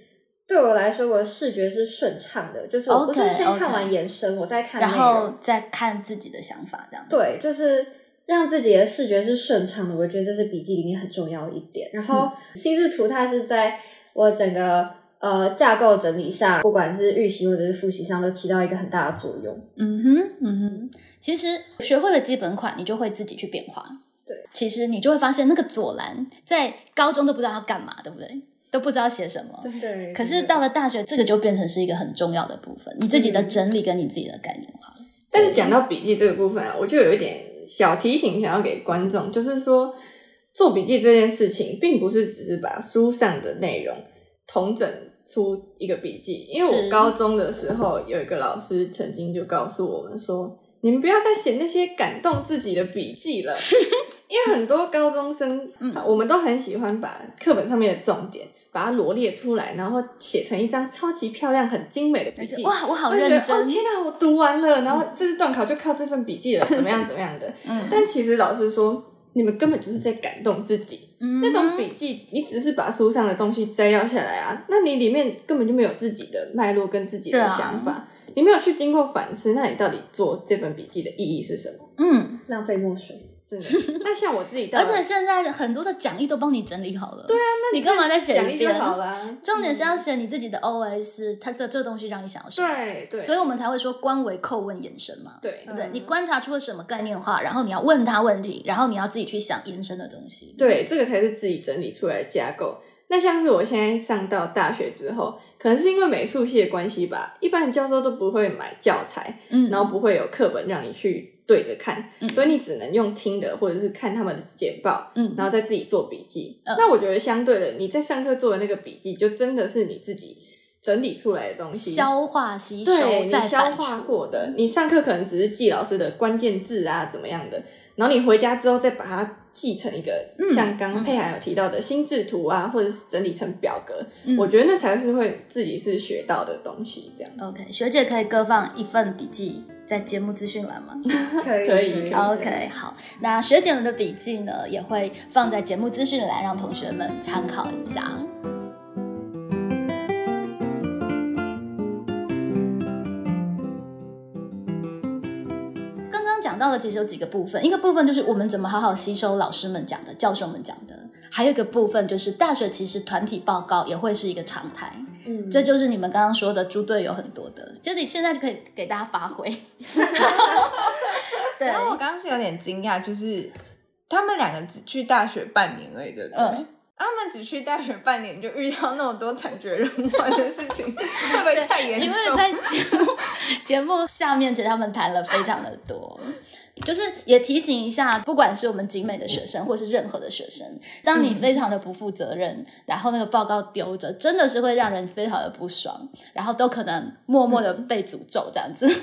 [SPEAKER 1] 对我来说，我的视觉是顺畅的，就是我不是
[SPEAKER 2] OK，
[SPEAKER 1] 先看
[SPEAKER 2] OK
[SPEAKER 1] 完延伸我再看内
[SPEAKER 2] 然
[SPEAKER 1] 容，
[SPEAKER 2] 后再看自己的想法，这样。
[SPEAKER 1] 对，就是让自己的视觉是顺畅的，我觉得这是笔记里面很重要一点。然后
[SPEAKER 2] 嗯
[SPEAKER 1] 心智图它是在我整个呃架构整理上，不管是预习或者是复习上，都起到一个很大的作用。
[SPEAKER 2] 嗯哼，嗯哼，其实学会了基本款，你就会自己去变化。
[SPEAKER 1] 对，
[SPEAKER 2] 其实你就会发现那个左栏在高中都不知道要干嘛，对不对？都不知道写什么。
[SPEAKER 1] 对，
[SPEAKER 2] 可
[SPEAKER 1] 真
[SPEAKER 2] 是
[SPEAKER 1] 的
[SPEAKER 2] 到了大学，这个就变成是一个很重要的部分，你自己的
[SPEAKER 1] 嗯
[SPEAKER 2] 整理跟你自己的概念化。
[SPEAKER 4] 但是讲到笔记这个部分啊，我就有一点小提醒想要给观众，就是说做笔记这件事情，并不是只是把书上的内容统整出一个笔记。因为
[SPEAKER 2] 是
[SPEAKER 4] 我高中的时候有一个老师曾经就告诉我们说，你们不要再写那些感动自己的笔记 了，因为很多高中生，
[SPEAKER 2] 嗯
[SPEAKER 4] 我们都很喜欢把课本上面的重点。把它罗列出来，然后写成一张超级漂亮、很精美的笔
[SPEAKER 2] 就
[SPEAKER 4] 记。
[SPEAKER 2] 哇，我好
[SPEAKER 4] 我就觉
[SPEAKER 2] 认
[SPEAKER 4] 得
[SPEAKER 2] 真。
[SPEAKER 4] 哦，天哪、我读完了，然后这次段考就靠这份笔记了，怎么样 怎么样的。
[SPEAKER 2] 嗯
[SPEAKER 4] 但其实老师说，你们根本就是在感动自己。
[SPEAKER 2] 嗯
[SPEAKER 4] 那种笔记，你只是把书上的东西摘要下来啊，那你里面根本就没有自己的脉络跟自己的
[SPEAKER 2] 对啊
[SPEAKER 4] 想法，你没有去经过反思，那你到底做这份笔记的意义是什么？
[SPEAKER 2] 嗯，
[SPEAKER 1] 浪费墨水。
[SPEAKER 4] 真的。 那像我自己到
[SPEAKER 2] 而
[SPEAKER 4] 了，
[SPEAKER 2] 且现在很多的讲义都帮你整理好了。对啊，那你干嘛再写
[SPEAKER 4] 奖
[SPEAKER 2] 一
[SPEAKER 4] 励就
[SPEAKER 2] 遍？
[SPEAKER 4] 好啦。
[SPEAKER 2] 重点是要写你自己的 OS，它这这东西让你想要什么？
[SPEAKER 4] 对对
[SPEAKER 2] 所以我们才会说官为叩问延伸嘛。
[SPEAKER 4] 对
[SPEAKER 2] 对不对？
[SPEAKER 1] 嗯
[SPEAKER 2] 你观察出了什么概念化，然后你要问他问题，然后你要自己去想延伸的东西。
[SPEAKER 4] 对，这个才是自己整理出来的架构。那像是我现在上到大学之后，可能是因为美术系的关系吧，一般的教授都不会买教材，
[SPEAKER 2] 嗯，
[SPEAKER 4] 然后不会有课本让你去对着看，
[SPEAKER 2] 嗯
[SPEAKER 4] 所以你只能用听的或者是看他们的简报，
[SPEAKER 2] 嗯
[SPEAKER 4] 然后再自己做笔记。
[SPEAKER 2] 嗯
[SPEAKER 4] 那我觉得相对的，你在上课做的那个笔记，就真的是你自己整理出来的东西，
[SPEAKER 2] 消化吸收
[SPEAKER 4] 对你
[SPEAKER 2] 再
[SPEAKER 4] 消
[SPEAKER 2] 反
[SPEAKER 4] 化
[SPEAKER 2] 刍
[SPEAKER 4] 过的，你上课可能只是记老师的关键字啊，怎么样的，然后你回家之后再把它记成一个，
[SPEAKER 2] 嗯
[SPEAKER 4] 像刚刚佩涵有提到的心智图啊，或者是整理成表格，
[SPEAKER 2] 嗯
[SPEAKER 4] 我觉得那才是会自己是学到的东西，这样。
[SPEAKER 2] OK，学姐可以各放一份笔记在节目资讯栏吗？
[SPEAKER 1] 可以
[SPEAKER 4] 可以
[SPEAKER 2] OK，好，那学姐们的笔记呢，也会放在节目资讯栏，让同学们参考一下。刚刚讲到的其实有几个部分，一个部分就是我们怎么好好吸收老师们讲的、教授们讲的，还有一个部分就是大学其实团体报告也会是一个常态，
[SPEAKER 1] 嗯，
[SPEAKER 2] 这就是你们刚刚说的猪队友很多的，这里现在就可以给大家发挥。对，
[SPEAKER 3] 然后我刚刚是有点惊讶，就是他们两个只去大学半年而已，对不对？
[SPEAKER 2] 嗯
[SPEAKER 3] 他们只去大学半年就遇到那么多惨绝人寰的事 情，会不会太严
[SPEAKER 2] 因为
[SPEAKER 3] 重？
[SPEAKER 2] 在节目节目下面，其实他们谈了非常的多。就是也提醒一下，不管是我们景美的学生，或是任何的学生，当你非常的不负责任，然后那个报告丢着，真的是会让人非常的不爽，然后都可能默默的被诅咒这样子。
[SPEAKER 3] 会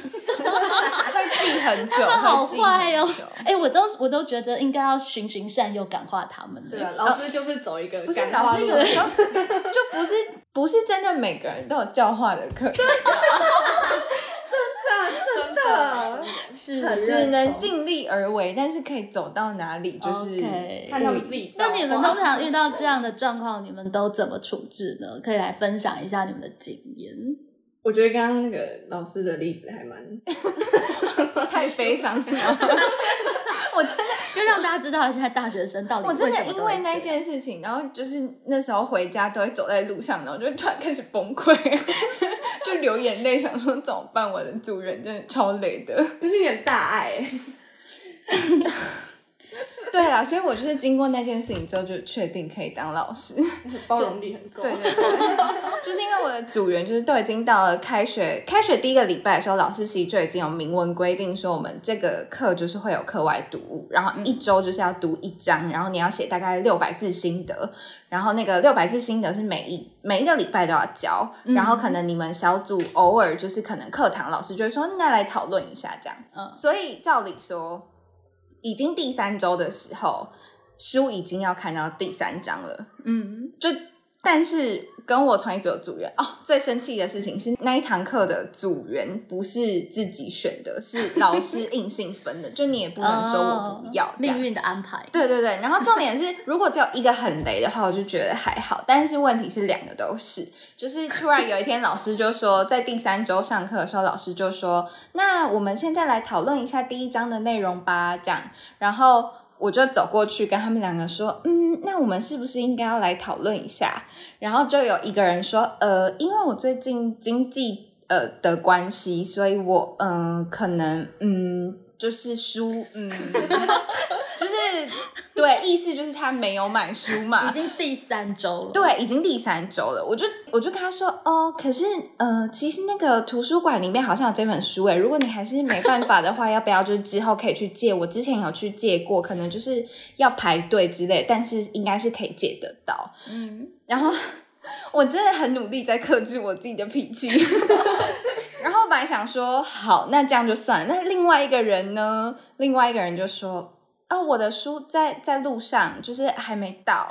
[SPEAKER 3] 记很久，
[SPEAKER 2] 他们 好
[SPEAKER 3] 会记很
[SPEAKER 2] 坏哦
[SPEAKER 3] 久
[SPEAKER 2] 哎、我都我都觉得应该要循循善诱，感化他们。
[SPEAKER 4] 对啊，，老师就是走一个
[SPEAKER 3] 不是
[SPEAKER 4] 感
[SPEAKER 3] 老
[SPEAKER 4] 化 路
[SPEAKER 3] 师有的时候就不是不是真的每个人都有教化的课，
[SPEAKER 1] 真的，
[SPEAKER 2] 是
[SPEAKER 1] 很认
[SPEAKER 3] 只能
[SPEAKER 1] 同
[SPEAKER 3] 尽力而为，但是可以走到哪里就是
[SPEAKER 2] OK
[SPEAKER 4] 看他们自己
[SPEAKER 2] 那
[SPEAKER 4] 造化。
[SPEAKER 2] 你们通 常遇到这样的状况，你们都怎么处置呢？可以来分享一下你们的经验。
[SPEAKER 4] 我觉得刚刚那个老师的例子 还蛮
[SPEAKER 3] 太悲伤 了。我真的，
[SPEAKER 2] 就让大家知道现在大学生到底
[SPEAKER 3] 我真
[SPEAKER 2] 什
[SPEAKER 3] 的
[SPEAKER 2] 么都
[SPEAKER 3] 因
[SPEAKER 2] 会
[SPEAKER 3] 为那
[SPEAKER 2] 这样
[SPEAKER 3] 件事情，然后就是那时候回家都会走在路上，然后就突然开始崩溃， 就流眼泪，想说怎么办？我的主人真的超累的。
[SPEAKER 4] 不是有点大爱欸，
[SPEAKER 3] 对啦，所以我就是经过那件事情之后，就确定可以当老师。
[SPEAKER 4] 包容力很够。
[SPEAKER 3] 对对对，就是因为我的组员就是都已经到了开学，开学第一个礼拜的时候，老师其实就已经有明文规定说，我们这个课就是会有课外读物，然后一周就是要读一章，然后你要写大概六百字心得，然后那个六百字心得是每一每一个礼拜都要交，然后可能你们小组偶尔就是可能课堂老师就会说，那来讨论一下这样，
[SPEAKER 2] 嗯
[SPEAKER 3] 所以照理说，已经第三周的时候。书已经要看到第三章了，
[SPEAKER 2] 嗯，
[SPEAKER 3] 就但是跟我同一组的组员哦，最生气的事情是那一堂课的组员不是自己选的，是老师硬性分的， 就你也不能说我不要
[SPEAKER 2] 哦
[SPEAKER 3] 这样
[SPEAKER 2] 命。运的安排。
[SPEAKER 3] 对对对，然后重点是，如果只有一个很雷的话，我就觉得还好。但是问题是两个都是，就是突然有一天老师就说，在第三周上课的时候，老师就说：“那我们现在来讨论一下第一章的内容吧。”这样，然后我就走过去跟他们两个说：“嗯，那我们是不是应该要来讨论一下？”然后就有一个人说，呃，因为我最近经济呃的关系，所以我嗯、呃可能嗯就是书嗯， 就是对，意思就是他没有买书嘛
[SPEAKER 2] 已，经第三周了，，
[SPEAKER 3] 对，已经第三周了，我就我就跟他说，哦，可是呃，其实那个图书馆里面好像有这本书欸诶，如果你还是没办法的话，要不要就是之后可以去借？我之前有去借过，可能就是要排队之类，但是应该是可以借得到。嗯，然后我真的很努力在克制我自己的脾气。 然后我本来想说，好，那这样就算了。那另外一个人呢？另外一个人就说。啊、我的书在在路上，就是还没到。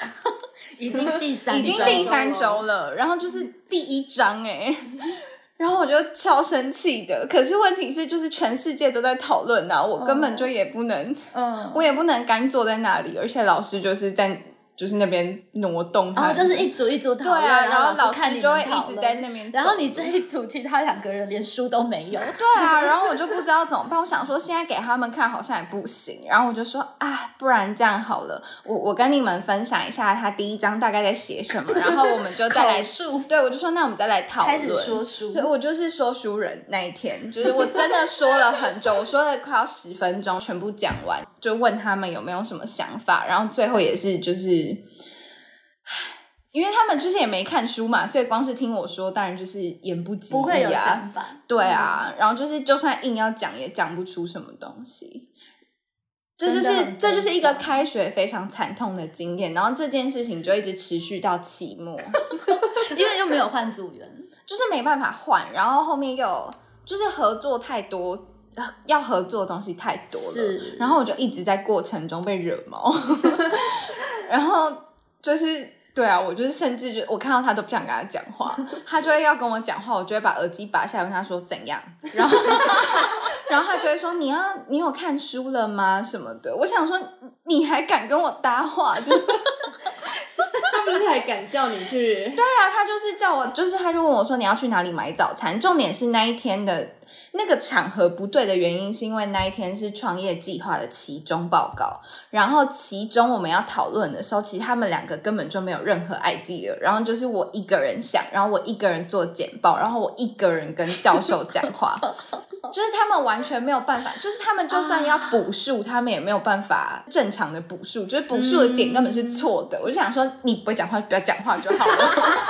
[SPEAKER 2] 已经第三，
[SPEAKER 3] 已经第三周，了，然后就是第一章哎、
[SPEAKER 2] 欸
[SPEAKER 3] 然后我就超生气的。可是问题是，就是全世界都在讨论啊，我根本就也不能，
[SPEAKER 2] 嗯，
[SPEAKER 3] 我也不能干坐在那里，而且老师就是在就是那边挪动
[SPEAKER 2] 然
[SPEAKER 3] 他，
[SPEAKER 2] 后哦就是一组一组讨
[SPEAKER 3] 对
[SPEAKER 2] 论，
[SPEAKER 3] 啊，然
[SPEAKER 2] 后
[SPEAKER 3] 后老
[SPEAKER 2] 看你
[SPEAKER 3] 师
[SPEAKER 2] 们
[SPEAKER 3] 就会
[SPEAKER 2] 讨
[SPEAKER 3] 一直
[SPEAKER 2] 论
[SPEAKER 3] 在。那边走，
[SPEAKER 2] 然后你这一组其他两个人连书都没有，
[SPEAKER 3] 对啊，然后我就不知道怎么办。我想说现在给他们看好像也不行，然后我就说啊，不然这样好了，我我跟你们分享一下他第一章大概在写什么，然后我们就再来
[SPEAKER 2] 口述
[SPEAKER 3] 对，我就说那我们再来讨
[SPEAKER 2] 开
[SPEAKER 3] 论。
[SPEAKER 2] 始说书
[SPEAKER 3] 所以我就是说书人那一天，就是我真的说了很久， 我说了快要十分钟，全部讲完，就问他们有没有什么想法，然后最后也是就是，因为他们就是也没看书嘛，所以光是听我说，当然就是言不及义、啊，
[SPEAKER 2] 不会有想法。嗯
[SPEAKER 3] 对啊，然后就是就算硬要讲，也讲不出什么东西。这就
[SPEAKER 2] 真的
[SPEAKER 3] 是
[SPEAKER 2] 很
[SPEAKER 3] 这就是一个
[SPEAKER 2] 悲伤
[SPEAKER 3] 开学非常惨痛的经验，然后这件事情就一直持续到期末，
[SPEAKER 2] 因为又没有换组员，
[SPEAKER 3] 就是没办法换，然后后面又有就是合作太多，呃要合作的东西太多了，
[SPEAKER 2] 是
[SPEAKER 3] 然后我就一直在过程中被惹毛，然后就是对啊，我就是甚至就我看到他都不想跟他讲话，他就会要跟我讲话，我就会把耳机拔下来问他说怎样，然后 然后他就会说你要你有看书了吗什么的，我想说你还敢跟我搭话，就是
[SPEAKER 4] 他不是还敢叫你去？
[SPEAKER 3] 对啊，他就是叫我，就是他就问我说你要去哪里买早餐。重点是那一天的那个场合不对的原因，是因为那一天是创业计划的期中报告，然后其中我们要讨论的时候，其实他们两个根本就没有任何 idea，然后就是我一个人想，然后我一个人做简报，然后我一个人跟教授讲话，就是他们完全没有办法，就是他们就算要补数，他们也没有办法正常的补数，就是补数的点根本是错的。我就想说，你不会讲话，不要讲话就好了。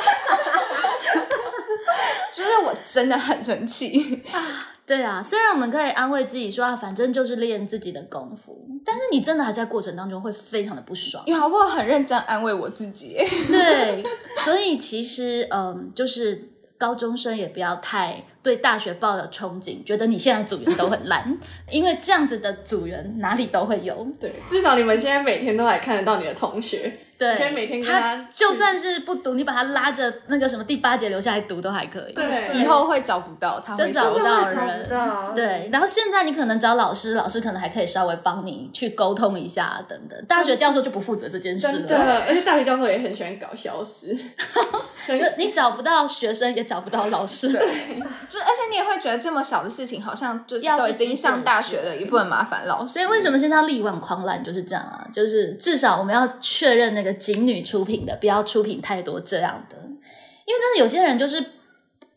[SPEAKER 3] 就是我真的很生气，
[SPEAKER 2] 对啊，虽然我们可以安慰自己说啊，反正就是练自己的功夫，但是你真的还在过程当中会非常的不爽。
[SPEAKER 3] 有啊，我有很认真安慰我自己。
[SPEAKER 2] 嗯对，所以其实嗯，就是高中生也不要太对大学抱有憧憬，觉得你现在组员都很 烂，因为这样子的组员哪里都会有。
[SPEAKER 4] 对，至少你们现在每天都还看得到你的同学，
[SPEAKER 2] 对，
[SPEAKER 4] 你可以每天跟
[SPEAKER 2] 他
[SPEAKER 4] 他
[SPEAKER 2] 就算是不读，你把他拉着那个什么第八节留下来读都还可以。
[SPEAKER 4] 对
[SPEAKER 3] 以后会找不到，他会
[SPEAKER 2] 就找
[SPEAKER 3] 消
[SPEAKER 2] 不
[SPEAKER 3] 失
[SPEAKER 1] 真的
[SPEAKER 2] 到
[SPEAKER 1] 会找
[SPEAKER 2] 人
[SPEAKER 1] 不
[SPEAKER 3] 嗯
[SPEAKER 1] 到，
[SPEAKER 2] 对，然后现在你可能找老师，老师可能还可以稍微帮你去沟通一下等等。大学教授就不负责这件事
[SPEAKER 4] 真
[SPEAKER 2] 了，
[SPEAKER 4] 的，而且大学教授也很喜欢搞消失，
[SPEAKER 2] 就你找不到学生，也找不到老师。
[SPEAKER 3] 就而且你也会觉得这么小的事情，好像就是
[SPEAKER 2] 要
[SPEAKER 3] 都已
[SPEAKER 2] 自己
[SPEAKER 3] 经上大学了，也不能麻烦老师。
[SPEAKER 2] 所以为什么现在要力挽狂澜就是这样啊？就是至少我们要确认那个警女出品的，不要出品太多这样的，因为真的有些人就是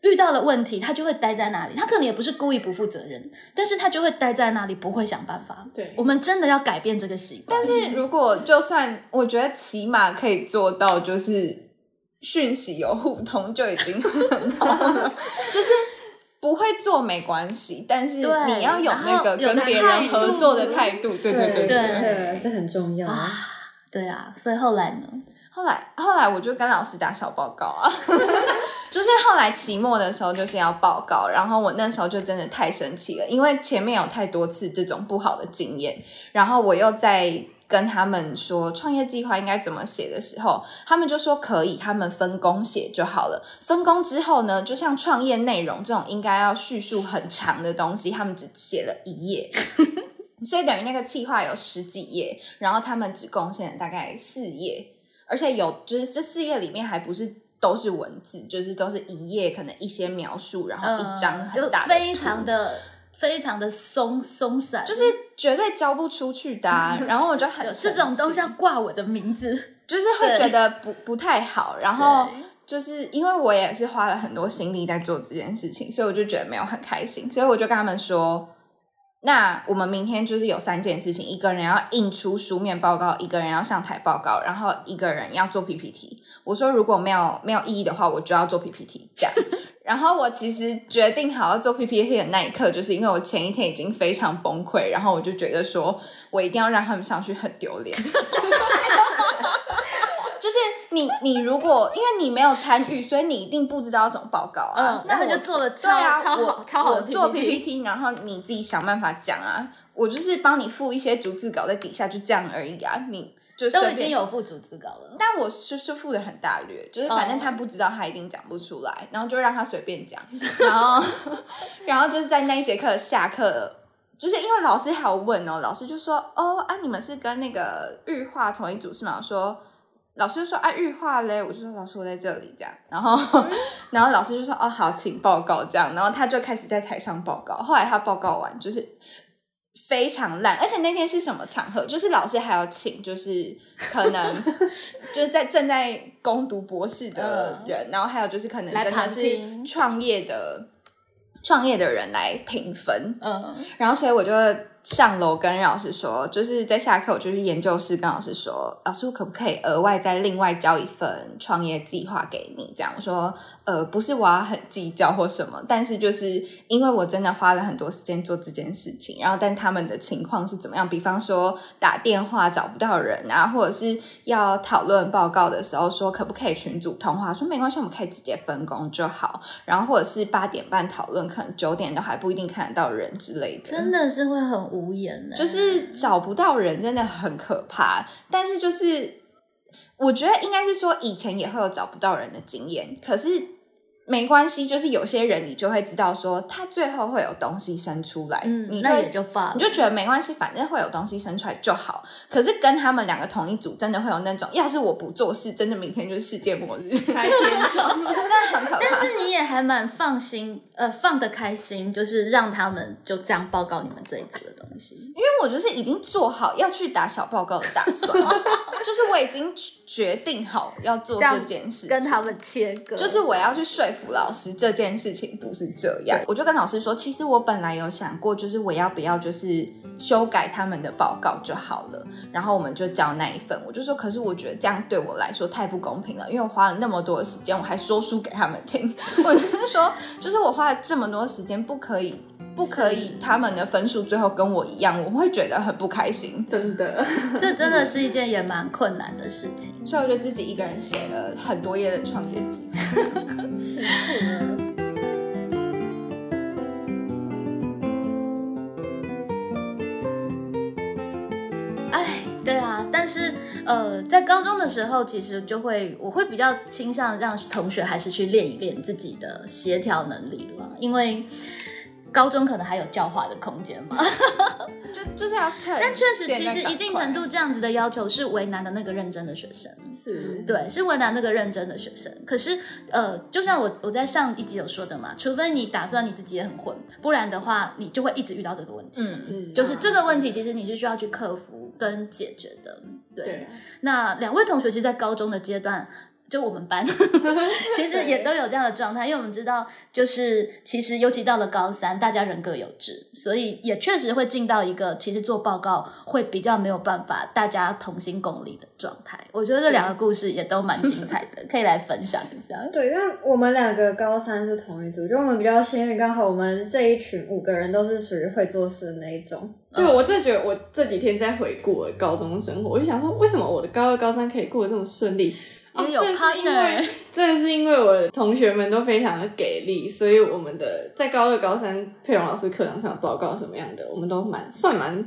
[SPEAKER 2] 遇到了问题，他就会待在那里，他可能也不是故意不负责任，但是他就会待在那里，不会想办法。
[SPEAKER 4] 对
[SPEAKER 2] 我们真的要改变这个习惯。
[SPEAKER 3] 但是如果就算我觉得起码可以做到，就是讯息有互通就已经很好了， 就是不会做没关系，但是
[SPEAKER 2] 对
[SPEAKER 3] 你要有那个
[SPEAKER 2] 然后有
[SPEAKER 3] 跟别人
[SPEAKER 2] 态度
[SPEAKER 3] 合作的态度，对对对
[SPEAKER 2] 对
[SPEAKER 1] 对，这很重要。
[SPEAKER 2] 对啊，所以后来呢？
[SPEAKER 3] 后来后来我就跟老师打小报告啊， 就是后来期末的时候就是要报告，然后我那时候就真的太生气了，因为前面有太多次这种不好的经验，然后我又在。跟他们说创业计划应该怎么写的时候，他们就说可以，他们分工写就好了。分工之后呢，就像创业内容这种应该要叙述很长的东西，他们只写了 一页，所以等于那个计划有十几页，然后他们只贡献了大概四页，而且有就是这四页里面还不是都是文字，就是都是一页可能一些描述，然后一张
[SPEAKER 2] 嗯
[SPEAKER 3] 很大
[SPEAKER 2] 就
[SPEAKER 3] 的
[SPEAKER 2] 非
[SPEAKER 3] 图
[SPEAKER 2] 常的非常的松松散，
[SPEAKER 3] 就是绝对交不出去 的、啊。然后我就很
[SPEAKER 2] 有
[SPEAKER 3] 生
[SPEAKER 2] 这种东西
[SPEAKER 3] 气
[SPEAKER 2] 要挂我的名字。
[SPEAKER 3] 就是会
[SPEAKER 2] 对
[SPEAKER 3] 觉得不不太好，然后
[SPEAKER 2] 对。
[SPEAKER 3] 就是因为我也是花了很多心力在做这件事情，所以我就觉得没有很开心，所以我就跟他们说，那我们明天就是有三件事情，一个人要印出书面报告，一个人要上台报告，然后一个人要做 PPT。我说如果没有没有意义的话，我就要做 PPT 这样。然后我其实决定好要做 PPT 的那一刻，就是因为我前一天已经非常崩溃，然后我就觉得说我一定要让他们上去很 丢脸。就是你，你如果因为你没有参与，所以你一定不知道怎么报告啊。
[SPEAKER 2] 嗯
[SPEAKER 3] 那
[SPEAKER 2] 然后
[SPEAKER 3] 我
[SPEAKER 2] 就做了超
[SPEAKER 3] 对啊，
[SPEAKER 2] 超好
[SPEAKER 3] 我
[SPEAKER 2] 超好的
[SPEAKER 3] 我做
[SPEAKER 2] PPT
[SPEAKER 3] PPT，然后你自己想办法讲啊。我就是帮你附一些逐字稿在底下，就这样而已啊。你就
[SPEAKER 2] 都
[SPEAKER 3] 随
[SPEAKER 2] 已
[SPEAKER 3] 便
[SPEAKER 2] 经有副主字稿了。
[SPEAKER 3] 但我是是付的很大略，就是反正他不知道，他一定讲不出来，然后就让他随便讲，然后 然后就是在那一节课下课，就是因为老师还有问哦，老师就说哦啊，你们是跟那个日化同一组是吗？我说。老师就说啊，日化嘞，我就说老师我在这里这样，然后
[SPEAKER 2] 嗯
[SPEAKER 3] 然后老师就说哦好，请报告这样，然后他就开始在台上报告，后来他报告完就是非常烂，而且那天是什么场合？就是老师还要请，就是 可能就是在正在攻读博士的人，然后还有就是可
[SPEAKER 2] 嗯
[SPEAKER 3] 能
[SPEAKER 2] 来
[SPEAKER 3] 真的
[SPEAKER 2] 旁
[SPEAKER 3] 是
[SPEAKER 2] 听
[SPEAKER 3] 创业的创业的人来评分，
[SPEAKER 2] 嗯，
[SPEAKER 3] 然后所以我就上楼跟老师说，就是在下课我就去研究室跟老师说，老师我可不可以额外再另外交一份创业计划给你？这样我说，呃，不是我要很计较或什么，但是就是因为我真的花了很多时间做这件事情，然后但他们的情况是怎么样？比方说打电话找不到人啊，或者是要讨论报告的时候说可不可以群组通话？说没关系，我们可以直接分工就好。然后或者是八点半讨论，可能九点都还不一定看得到人之类的。
[SPEAKER 2] 真的是会很无言呢、
[SPEAKER 3] 就是找不到人真的很可怕。但是就是，我觉得应该是说以前也会有找不到人的经验，可是没关系，就是有些人你就会知道说他最后会有东西生出来，
[SPEAKER 2] 嗯，
[SPEAKER 3] 你
[SPEAKER 2] 那
[SPEAKER 3] 会
[SPEAKER 2] 也就罢了。
[SPEAKER 3] 你就觉得没关系，反正会有东西生出来就好。可是跟他们两个同一组，真的会有那种，要是我不做事，真的明天就是世界末日，真
[SPEAKER 4] 开天窗，
[SPEAKER 3] 的很可怕。
[SPEAKER 2] 但是你也还蛮放心，呃，放得开心，就是让他们就这样报告你们这一组的东西。
[SPEAKER 3] 因为我就是已经做好要去打小报告的打算，就是我已经决定好要做这件事情，
[SPEAKER 2] 跟他们切割，
[SPEAKER 3] 就是我要去说服老师这件事情不是这样。我就跟老师说，其实我本来有想过，就是我要不要就是修改他们的报告就好了，然后我们就交那一份。我就说，可是我觉得这样对我来说太不公平了，因为我花了那么多的时间，我还说书给他们听。我就是说，就是我花了这么多时间，不可以。不可以，他们的分数最后跟我一样，我会觉得很不开心，
[SPEAKER 4] 真的，
[SPEAKER 2] 这真的是一件也蛮困难的事情。
[SPEAKER 3] 所以我就自己一个人写了很多页的创业记。
[SPEAKER 2] 哎，对啊，但是呃，在高中的时候，其实就会我会比较倾向让同学还是去练一练自己的协调能力了，因为高中可能还有教化的空间 嘛。
[SPEAKER 3] 就就是要趁，
[SPEAKER 2] 但确 实，
[SPEAKER 3] 现
[SPEAKER 2] 其
[SPEAKER 3] 在
[SPEAKER 2] 实
[SPEAKER 3] 赶
[SPEAKER 2] 一定程
[SPEAKER 3] 快
[SPEAKER 2] 度这样子的要求是为难的那个认真的学生。
[SPEAKER 4] 是，
[SPEAKER 3] 嗯
[SPEAKER 2] 对，是为难那个认真的学生。可是，呃，就像我我在上一集有说的嘛，除非你打算你自己也很混，不然的话，你就会一直遇到这个问题。
[SPEAKER 3] 嗯，
[SPEAKER 4] 嗯，
[SPEAKER 2] 就是这个问题，其实你是需要去克服跟解决的。对，
[SPEAKER 4] 对啊，
[SPEAKER 2] 那两位同学其实，在高中的阶段，就我们班，其实也都有这样的状态，因为我们知道，就是其实尤其到了高三，大家人各有志，所以也确实会进到一个其实做报告会比较没有办法大家同心共力的状态。我觉得这两个故事也都蛮精彩的，可以来分享一下。
[SPEAKER 1] 对，但我们两个高三是同一组，就我们比较幸运，刚好我们这一群五个人都是属于会做事的那一种。
[SPEAKER 4] 对，我真的觉得我这几天在回顾我的高中生活，我就想说，为什么我的高二、高三可以过得这么顺利？
[SPEAKER 2] 因为有
[SPEAKER 4] 正是因为
[SPEAKER 2] partner
[SPEAKER 4] 真的是因为我的同学们都非常的给力，所以我们的在高二、高三佩蓉老师课堂上的报告什么样的，我们都蛮算蛮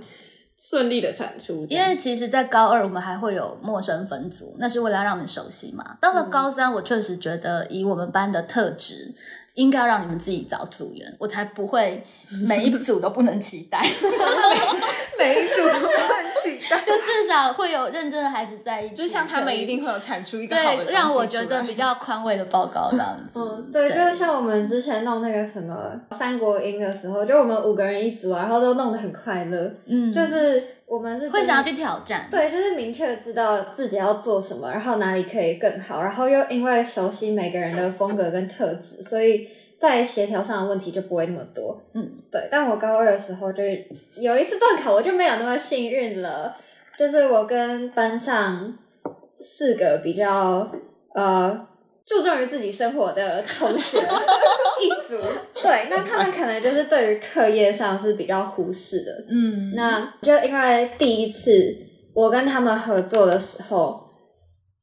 [SPEAKER 4] 顺利的产出这
[SPEAKER 2] 因
[SPEAKER 4] 样。
[SPEAKER 2] 为其实，在高二我们还会有陌生分组，那是为了要让你们熟悉嘛。到了高三，我确实觉得以我们班的特质，应该要让你们自己找组员，我才不会每一组都不能期待，
[SPEAKER 1] 每一组都很期待。
[SPEAKER 2] 就至少会有认真的孩子在一起，
[SPEAKER 3] 就像他们一定会有产出一个好的东
[SPEAKER 2] 对
[SPEAKER 3] 西
[SPEAKER 2] 让我
[SPEAKER 3] 出来嗯
[SPEAKER 2] 觉得比较宽慰的报告这样子。
[SPEAKER 1] 嗯，对，就是像我们之前弄那个什么三国音的时候，就我们五个人一组啊，然后都弄得很快乐。
[SPEAKER 2] 嗯，
[SPEAKER 1] 就是我们是
[SPEAKER 2] 会想要
[SPEAKER 1] 真的
[SPEAKER 2] 去挑战。
[SPEAKER 1] 对，就是明确知道自己要做什么，然后哪里可以更好，然后又因为熟悉每个人的风格跟特质，所以在协调上的问题就不会那么多。
[SPEAKER 2] 嗯，
[SPEAKER 1] 对。但我高二的时候就是有一次段考，我就没有那么幸运了，就是我跟班上四个比较呃。注重于自己生活的同学一组，对，那他们可能就是对于课业上是比较忽视的，
[SPEAKER 2] 嗯，
[SPEAKER 1] 那就因为第一次我跟他们合作的时候，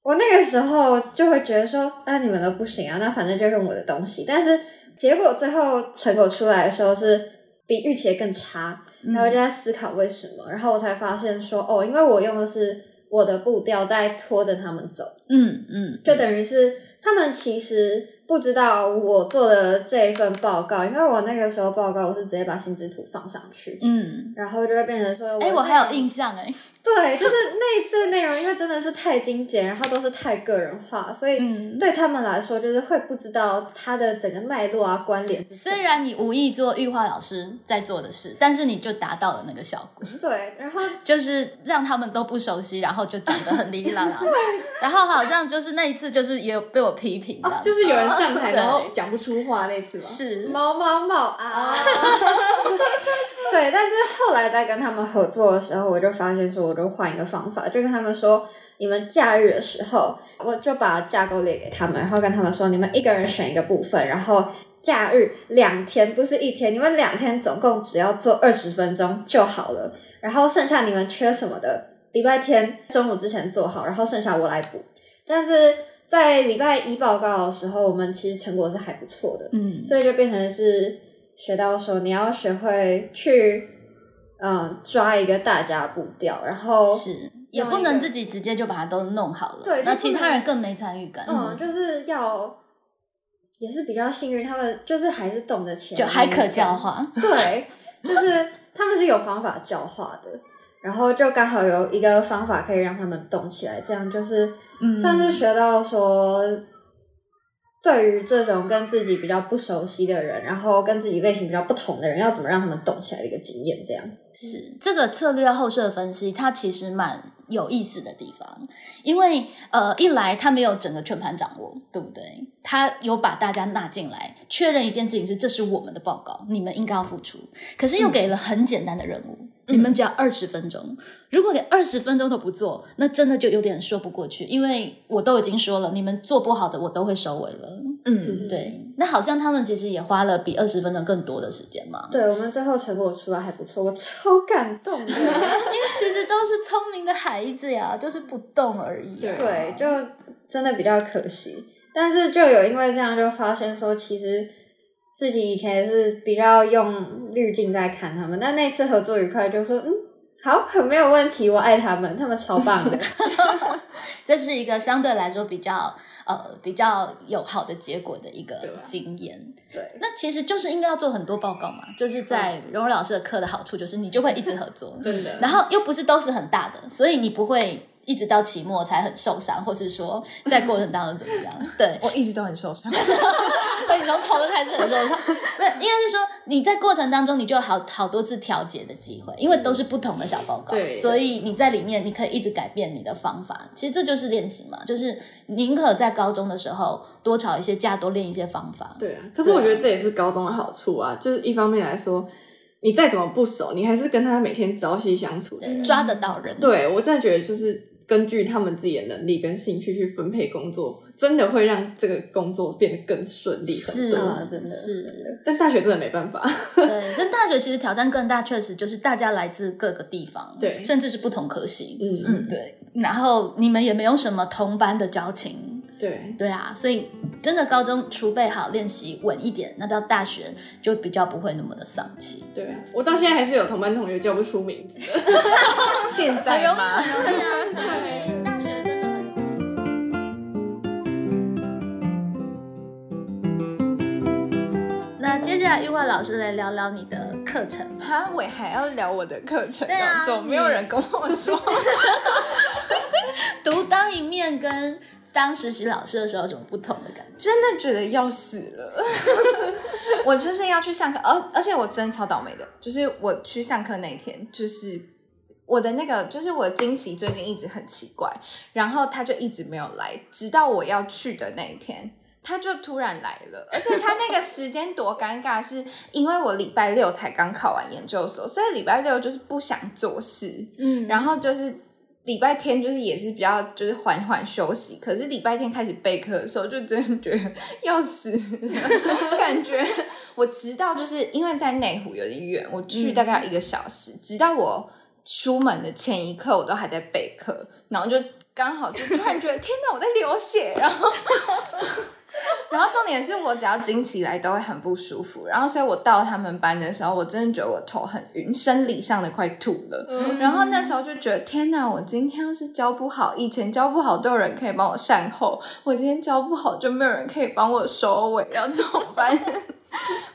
[SPEAKER 1] 我那个时候就会觉得说，那、你们都不行啊，那反正就用我的东西。但是结果最后成果出来的时候是比预期的更差，
[SPEAKER 2] 嗯
[SPEAKER 1] 然后就在思考为什么，然后我才发现说，哦，因为我用的是我的步调在拖着他们走。
[SPEAKER 2] 嗯嗯，
[SPEAKER 1] 就等于是他们其实不知道我做的这一份报告，因为我那个时候报告我是直接把心智图放上去，
[SPEAKER 2] 嗯，
[SPEAKER 1] 然后就会变成说，
[SPEAKER 2] 哎、我
[SPEAKER 3] 啊
[SPEAKER 2] 还有
[SPEAKER 1] 内
[SPEAKER 2] 印象哎、
[SPEAKER 1] 对，就是那一次的内容，因为真的是太精简，然后都是太个人化，所以
[SPEAKER 2] 嗯。
[SPEAKER 1] 对他们来说就是会不知道它的整个脉络啊关联是什
[SPEAKER 2] 虽
[SPEAKER 1] 么。
[SPEAKER 2] 然你无意做玉化老师在做的事，但是你就达到了那个效果。
[SPEAKER 1] 对，然后
[SPEAKER 2] 就是让他们都不熟悉，然后就讲得很哩哩啦 啦，然后好像就是那一次，就是也有被我批评的、
[SPEAKER 1] 啊
[SPEAKER 4] 哦，就是有人上台
[SPEAKER 2] 对
[SPEAKER 4] 然后讲不出话那次吗？
[SPEAKER 2] 是
[SPEAKER 1] 某某某啊。 对，但是后来在跟他们合作的时候，我就发现说，我就换一个方法，就跟他们说，你们假日的时候，我就把架构列给他们，然后跟他们说，你们一个人选一个部分，然后假日两天不是一天，你们两天总共只要做二十分钟就好了，然后剩下你们缺什么的，礼拜天中午之前做好，然后剩下我来补。但是在礼拜一报告的时候，我们其实成果是还不错的，
[SPEAKER 2] 嗯，
[SPEAKER 1] 所以就变成是学到说你要学会去嗯抓一个大家步调，然后
[SPEAKER 2] 是也
[SPEAKER 1] 用
[SPEAKER 2] 不
[SPEAKER 1] 一
[SPEAKER 2] 能
[SPEAKER 1] 个
[SPEAKER 2] 自己直接就把它都弄好了，
[SPEAKER 1] 对就
[SPEAKER 2] 那
[SPEAKER 1] 不
[SPEAKER 2] 其他
[SPEAKER 1] 能
[SPEAKER 2] 人更没参与感，
[SPEAKER 1] 嗯，就是要也是比较幸运，他们就是还是懂得起来
[SPEAKER 2] 就还可教
[SPEAKER 1] 讲，
[SPEAKER 2] 化，
[SPEAKER 1] 对，就是他们是有方法教化的。然后就刚好有一个方法可以让他们动起来，这样就是
[SPEAKER 2] 嗯
[SPEAKER 1] 算是学到说，对于这种跟自己比较不熟悉的人，然后跟自己类型比较不同的人，要怎么让他们动起来的一个经验，这样。
[SPEAKER 2] 是这个策略后设分析，它其实蛮有意思的地方，因为呃，一来它没有整个全盘掌握，对不对？它有把大家纳进来，确认一件事情是这是我们的报告，你们应该要付出，可是又给了很简单的任务。你们只要二十分钟，如果连二十分钟都不做，那真的就有点说不过去。因为我都已经说了，你们做不好的我都会收尾了。
[SPEAKER 3] 嗯，
[SPEAKER 2] 对，那好像他们其实也花了比二十分钟更多的时间嘛。
[SPEAKER 1] 对我们最后成果出来还不错，我超感动的。
[SPEAKER 2] 因为其实都是聪明的孩子呀，就是不动而已、啊。
[SPEAKER 1] 对，就真的比较可惜，但是就有因为这样就发现说，其实自己以前也是比较用滤镜在看他们，但那次合作愉快，就说嗯，好，很没有问题，我爱他们，他们超棒的。
[SPEAKER 2] 这是一个相对来说比较呃比较有好的结果的一
[SPEAKER 4] 对
[SPEAKER 2] 个
[SPEAKER 4] 啊
[SPEAKER 2] 经验。
[SPEAKER 1] 对，
[SPEAKER 2] 那其实就是应该要做很多报告嘛，就是在荣荣老师的课的好处就是你就会一直合作，
[SPEAKER 4] 真的。
[SPEAKER 2] 然后又不是都是很大的，所以你不会一直到期末才很受伤，或是说在过程当中怎么样？对，
[SPEAKER 3] 我一直都很受 伤。
[SPEAKER 2] 所以从头就开始很受伤。不是，应该是说你在过程当中你就有好好多次调节的机会，因为都是不同的小报告，
[SPEAKER 4] 对
[SPEAKER 2] 所以你在里面你可以一直改变你的方法。其实这就是练习嘛，就是宁可在高中的时候多吵一些架，多练一些方法。
[SPEAKER 4] 对啊，可是我觉得这也是高中的好处啊，就是一方面来说，你再怎么不熟，你还是跟他每天朝夕相处啊的
[SPEAKER 2] 对，
[SPEAKER 4] 人。
[SPEAKER 2] 抓得到人。
[SPEAKER 4] 对我真的觉得就是根据他们自己的能力跟兴趣去分配工作，真的会让这个工作变得更顺利很
[SPEAKER 2] 是
[SPEAKER 4] 多。
[SPEAKER 1] 啊真的真
[SPEAKER 2] 是，
[SPEAKER 4] 但大学真的没办法，
[SPEAKER 2] 对。跟大学其实挑战更大，确实就是大家来自各个地方，
[SPEAKER 4] 对
[SPEAKER 2] 甚至是不同科系，
[SPEAKER 4] 嗯
[SPEAKER 3] 嗯
[SPEAKER 2] 对。然后你们也没有什么同班的交情，
[SPEAKER 4] 对，
[SPEAKER 2] 对啊，所以真的高中储备好练习稳一点，那到大学就比较不会那么的丧气。
[SPEAKER 4] 对啊，我到现在还是有同班同学叫不出名字的。
[SPEAKER 3] 现在吗？
[SPEAKER 2] 对啊，对大学真的很。 那接下来玉焕老师来聊聊你的课程。
[SPEAKER 3] 哈，我还要聊我的课程哦，
[SPEAKER 2] 对啊
[SPEAKER 3] 总没有人跟我说。
[SPEAKER 2] 独当一面跟当实习老师的时候有什么不同的感觉？
[SPEAKER 3] 真的觉得要死了。 我就是要去上课，而而且我真的超倒霉的，就是我去上课那一天，就是我的那个，就是我经期最近一直很奇怪，然后他就一直没有来，直到我要去的那一天。他就突然来了，而且他那个时间多尴尬，是因为我礼拜六才刚考完研究所，所以礼拜六就是不想做事，
[SPEAKER 2] 嗯，
[SPEAKER 3] 然后就是礼拜天就是也是比较就是缓缓休息，可是礼拜天开始备课的时候，就真的觉得要死了感觉我直到就是因为在内湖有点远，我去大概要一个小时，直到我出门的前一刻，我都还在备课，然后就刚好就突然觉得天哪，我在流血，然后。然后重点是我只要经起来都会很不舒服，然后所以我到他们班的时候，我真的觉得我头很晕，生理上的快吐了。然后那时候就觉得天哪，我今天要是教不好，以前教不好都有人可以帮我善后，我今天教不好就没有人可以帮我收尾，要怎么办？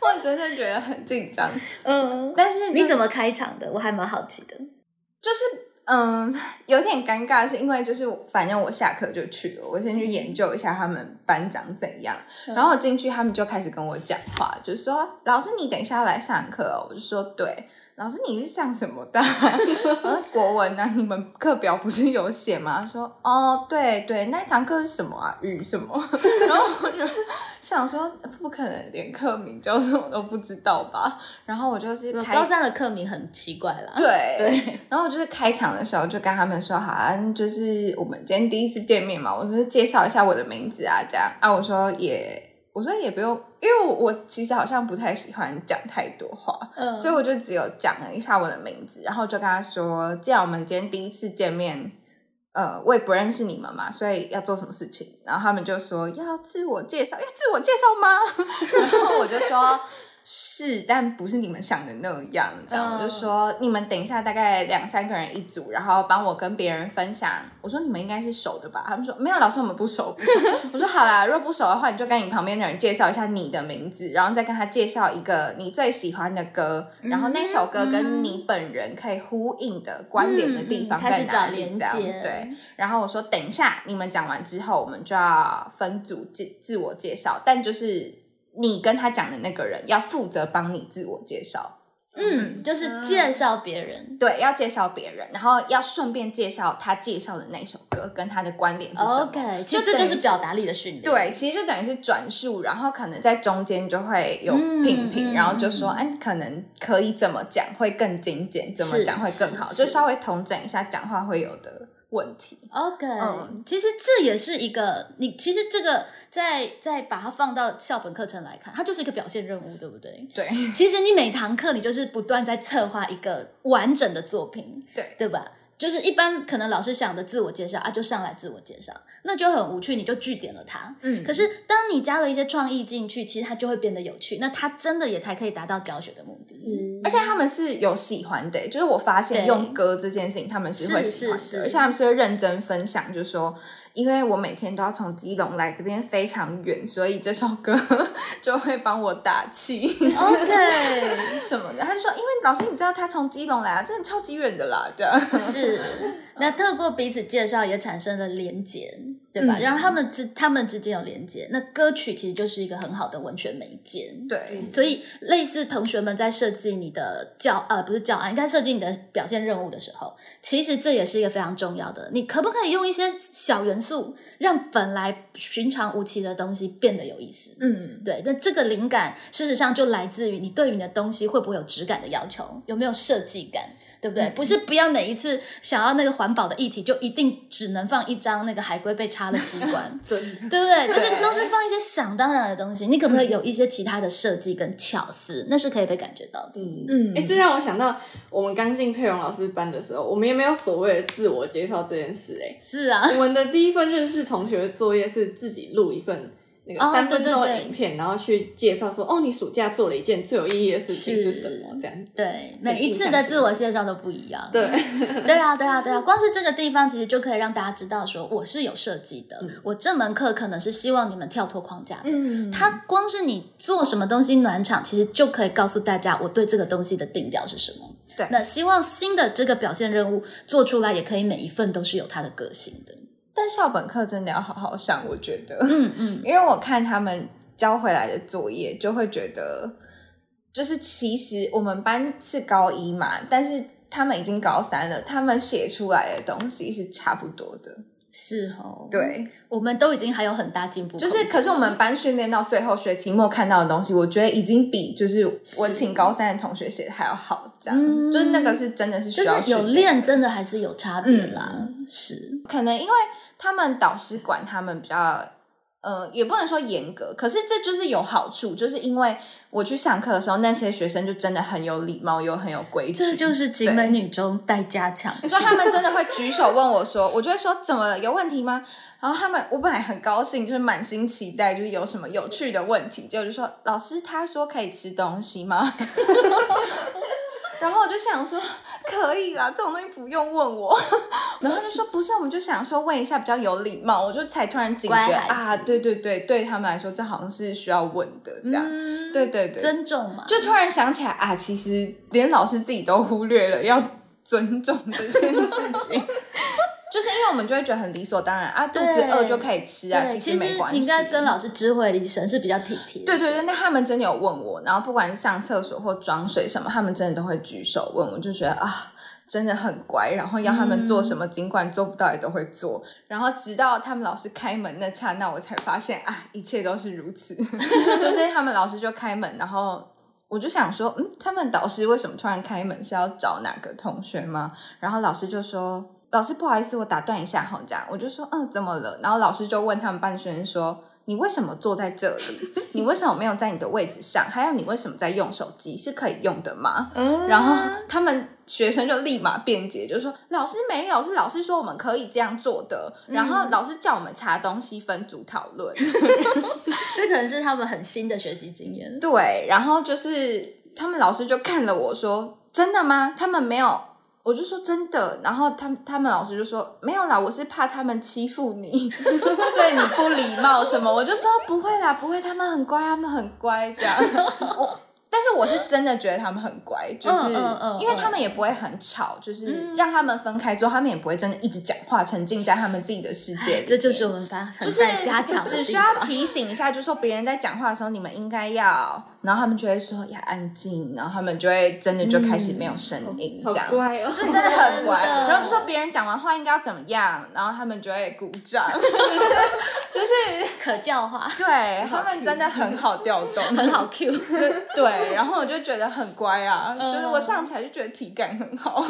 [SPEAKER 3] 我真的觉得很紧张，
[SPEAKER 2] 嗯，
[SPEAKER 3] 但是、
[SPEAKER 2] 你怎
[SPEAKER 3] 么
[SPEAKER 2] 么开场的？我还蛮好奇的。
[SPEAKER 3] 就是嗯有点尴尬，是因为就是我反正我下课就去了，我先去研究一下他们班长怎样，
[SPEAKER 2] 嗯
[SPEAKER 3] 然后我进去他们就开始跟我讲话，就说老师你等一下要来上课、哦，我就说对。老师，你是上什么的啊？ 我说国文啊，你们课表不是有写吗？说哦，对对，那一堂课是什么啊？语什么？ 然后我就想说，不可能连课名叫什么都不知道吧？然后我就是
[SPEAKER 2] 我
[SPEAKER 3] 开
[SPEAKER 2] 高三的课名很奇怪啦。
[SPEAKER 3] 对
[SPEAKER 2] 对，
[SPEAKER 3] 然后我就是开场的时候就跟他们说，好啊，就是我们今天第一次见面嘛，我说介绍一下我的名字啊，这样啊，我说也，我说也不用，因为我我其实好像不太喜欢讲太多话，
[SPEAKER 2] 嗯
[SPEAKER 3] 所以我就只有讲了一下我的名字，然后就跟他说，既然我们今天第一次见面。呃，我也不认识你们嘛，所以要做什么事情？然后他们就说要自我介绍，要自我介绍吗？然后我就说是，但不是你们想的那样。这样、
[SPEAKER 2] 嗯
[SPEAKER 3] 我就说你们等一下，大概两三个人一组，然后帮我跟别人分享。我说你们应该是熟的吧？他们说没有，老师我们不熟。不熟我说好啦，如果不熟的话，你就跟你旁边的人介绍一下你的名字，然后再跟他介绍一个你最喜欢的歌，
[SPEAKER 2] 嗯
[SPEAKER 3] 然后那首歌跟你本人可以呼应的关联的地
[SPEAKER 2] 嗯嗯
[SPEAKER 3] 方
[SPEAKER 2] 开
[SPEAKER 3] 在
[SPEAKER 2] 始
[SPEAKER 3] 哪
[SPEAKER 2] 找
[SPEAKER 3] 里？
[SPEAKER 2] 连
[SPEAKER 3] 这样
[SPEAKER 2] 接
[SPEAKER 3] 对。然后我说等一下，你们讲完之后，我们就要分组自自我介绍，但就是你跟他讲的那个人要负责帮你自我介绍，
[SPEAKER 2] 嗯，就是介绍别人。
[SPEAKER 3] 对，要介绍别人，然后要顺便介绍他介绍的那首歌跟他的关联是什么。
[SPEAKER 2] OK，其实
[SPEAKER 3] 就
[SPEAKER 2] 这
[SPEAKER 3] 等
[SPEAKER 2] 就
[SPEAKER 3] 于
[SPEAKER 2] 是
[SPEAKER 3] 是
[SPEAKER 2] 表达力的训练。
[SPEAKER 3] 对，其实就等于是转述，然后可能在中间就会有
[SPEAKER 2] 嗯
[SPEAKER 3] 品
[SPEAKER 2] 嗯
[SPEAKER 3] 评，然后就说，哎、可能可以怎么讲会更精简，怎么
[SPEAKER 2] 是
[SPEAKER 3] 讲会更好，
[SPEAKER 2] 是
[SPEAKER 3] 就是稍微统整一下讲话会有的问题。
[SPEAKER 2] ，OK，、
[SPEAKER 3] 嗯
[SPEAKER 2] 其实这也是一个你其实这个在在把它放到校本课程来看，它就是一个表现任务，对不对？
[SPEAKER 3] 对，
[SPEAKER 2] 其实你每堂课你就是不断在策划一个完整的作品，
[SPEAKER 3] 对
[SPEAKER 2] 对吧？就是一般可能老师想的自我介绍啊，就上来自我介绍，那就很无趣，你就据点了他。
[SPEAKER 3] 嗯
[SPEAKER 2] 可是当你加了一些创意进去，其实它就会变得有趣，那它真的也才可以达到教学的目的。
[SPEAKER 1] 嗯，
[SPEAKER 3] 而且他们是有喜欢的、欸就是我发现
[SPEAKER 2] 对
[SPEAKER 3] 用歌这件事情，他们是会喜欢的，
[SPEAKER 2] 是是是
[SPEAKER 3] 而且他们是会认真分享，就说，因为我每天都要从基隆来这边非常远，所以这首歌 就会帮我打气
[SPEAKER 2] OK，
[SPEAKER 3] 什么的。他就说，因为老师你知道他从基隆来啊，真的超级远的啦，这样。
[SPEAKER 2] 是，那透过彼此介绍也产生了连结，对吧？
[SPEAKER 3] 嗯
[SPEAKER 2] 让他们之他们之间有连结，那歌曲其实就是一个很好的文学媒介。
[SPEAKER 3] 对，
[SPEAKER 2] 所以，类似同学们在设计你的教呃不是教案，应该设计你的表现任务的时候，其实这也是一个非常重要的。你可不可以用一些小元素，让本来寻常无奇的东西变得有意思？
[SPEAKER 3] 嗯，
[SPEAKER 2] 对，那这个灵感事实上就来自于你对于你的东西会不会有质感的要求，有没有设计感，对不对？不是不要每一次想要那个环保的议题，就一定只能放一张那个海龟被插的吸管， 对不对？就是都是放一些想当然的东西，你可不可以有一些其他的设计跟巧思？那是可以被感觉到的。
[SPEAKER 4] 嗯
[SPEAKER 3] 嗯
[SPEAKER 4] 哎、这让我想到我们刚进佩蓉老师班的时候，我们也没有所谓的自我介绍这件事、哎，
[SPEAKER 2] 是啊，
[SPEAKER 4] 我们的第一份认识同学作业是自己录一份那个
[SPEAKER 2] 哦
[SPEAKER 4] 三分钟
[SPEAKER 2] 对对
[SPEAKER 4] 的
[SPEAKER 2] 对
[SPEAKER 4] 影片，然后去介绍说，哦，你暑假做了一件最有意义的事情是什么？这样子。
[SPEAKER 2] 对，每一次的自我介绍都不一样。
[SPEAKER 4] 对，
[SPEAKER 2] 对啊，对啊，对啊，光是这个地方其实就可以让大家知道说我是有设计的，我这门课可能是希望你们跳脱框架的。
[SPEAKER 3] 嗯，
[SPEAKER 2] 它光是你做什么东西暖场，其实就可以告诉大家我对这个东西的定调是什么。
[SPEAKER 3] 对
[SPEAKER 2] 那希望新的这个表现任务做出来，也可以每一份都是有它的个性的。
[SPEAKER 3] 但校本课真的要好好上，我觉得。
[SPEAKER 2] 嗯嗯，
[SPEAKER 3] 因为我看他们交回来的作业，就会觉得，就是其实我们班是高一嘛，但是他们已经高三了，他们写出来的东西是差不多的。
[SPEAKER 2] 是哦，，
[SPEAKER 3] 对，
[SPEAKER 2] 我们都已经还有很大进步空
[SPEAKER 3] 就
[SPEAKER 2] 间，
[SPEAKER 3] 是可是我们班训练到最后学期末看到的东西，我觉得已经比就是我请高三的同学写的还要好，这样、
[SPEAKER 2] 嗯
[SPEAKER 3] 就是那个是真的是需
[SPEAKER 2] 就
[SPEAKER 3] 要嗯
[SPEAKER 2] 是有
[SPEAKER 3] 训练
[SPEAKER 2] 练，
[SPEAKER 3] 的
[SPEAKER 2] 真的还是有差别啦。是，
[SPEAKER 3] 可能因为他们导师管他们比较，呃，也不能说严格，可是这就是有好处，就是因为我去上课的时候，那些学生就真的很有礼貌，又很有规矩，
[SPEAKER 2] 这就是景美
[SPEAKER 3] 对。
[SPEAKER 2] 女中带加强。
[SPEAKER 3] 就他们真的会举手问我说，我就会说怎么了有问题吗？然后他们我本来很高兴，就是满心期待，就是有什么有趣的问题，结果就说老师他说可以吃东西吗？ 然后我就想说可以啦，这种东西不用问我。然后他就说不是，我们就想说问一下比较有礼貌，我就才突然警
[SPEAKER 2] 乖
[SPEAKER 3] 觉
[SPEAKER 2] 孩子
[SPEAKER 3] 啊，对对对，对他们来说这好像是需要问的这样，
[SPEAKER 2] 嗯
[SPEAKER 3] 对对对，
[SPEAKER 2] 尊重嘛，
[SPEAKER 3] 就突然想起来啊，其实连老师自己都忽略了要尊重这件事情。 就是因为我们就会觉得很理所当然啊，肚子
[SPEAKER 2] 对
[SPEAKER 3] 饿就可以吃啊，
[SPEAKER 2] 对，
[SPEAKER 3] 其
[SPEAKER 2] 其
[SPEAKER 3] 没
[SPEAKER 2] 实
[SPEAKER 3] 关
[SPEAKER 2] 你
[SPEAKER 3] 系。
[SPEAKER 2] 应该跟老师知会一声，是比较体贴。
[SPEAKER 3] 对对对，那他们真的有问我，然后不管是上厕所或装水什么，他们真的都会举手问我，就觉得啊，真的很乖。然后要他们做什么，尽管做不到也都会做。然后直到他们老师开门那刹那，我才发现啊，一切都是如此。 就是他们老师就开门，然后我就想说，嗯，他们导师为什么突然开门？是要找哪个同学吗？然后老师就说。老师，不好意思，我打断一下哈，这样我就说，嗯，怎么了？然后老师就问他们班的学生说，你为什么坐在这里？你为什么没有在你的位置上？还有你为什么在用手机？是可以用的吗？然后他们学生就立马辩解，就说老师没有，是老师说我们可以这样做的，然后老师叫我们查东西分组讨论。
[SPEAKER 2] 这可能是他们很新的学习经验。
[SPEAKER 3] 对，然后就是他们老师就看了我说：“真的吗？他们没有。”我就说真的，然后他们他们老师就说没有啦，我是怕他们欺负你， 对你不礼貌什么，我就说哦不会啦，不会，他们很乖，他们很乖这样。我但是我是真的觉得他们很乖，就是
[SPEAKER 2] 嗯嗯嗯
[SPEAKER 3] 因为他们也不会很吵，就是让他们分开之后，他们也不会真的一直讲话，沉浸在他们自己的世界里面。
[SPEAKER 2] 哎这就是我们班很
[SPEAKER 3] 就是
[SPEAKER 2] 在加强的
[SPEAKER 3] 只需
[SPEAKER 2] 地
[SPEAKER 3] 要
[SPEAKER 2] 方。
[SPEAKER 3] 提醒一下，就说别人在讲话的时候，你们应该要，然后他们就会说要安静，然后他们就会真的就开始没有声音、这样。
[SPEAKER 4] 好乖哦！
[SPEAKER 3] 就真的很乖，
[SPEAKER 2] 真的
[SPEAKER 3] 然后就说别人讲完话应该要怎么样，然后他们就会鼓掌， 就是
[SPEAKER 2] 可教化，
[SPEAKER 3] 对他们真的很好调动，
[SPEAKER 2] 很好 Q。
[SPEAKER 3] 对对，然后我就觉得很乖啊，
[SPEAKER 2] 嗯
[SPEAKER 3] 就是我上起来就觉得体感很好，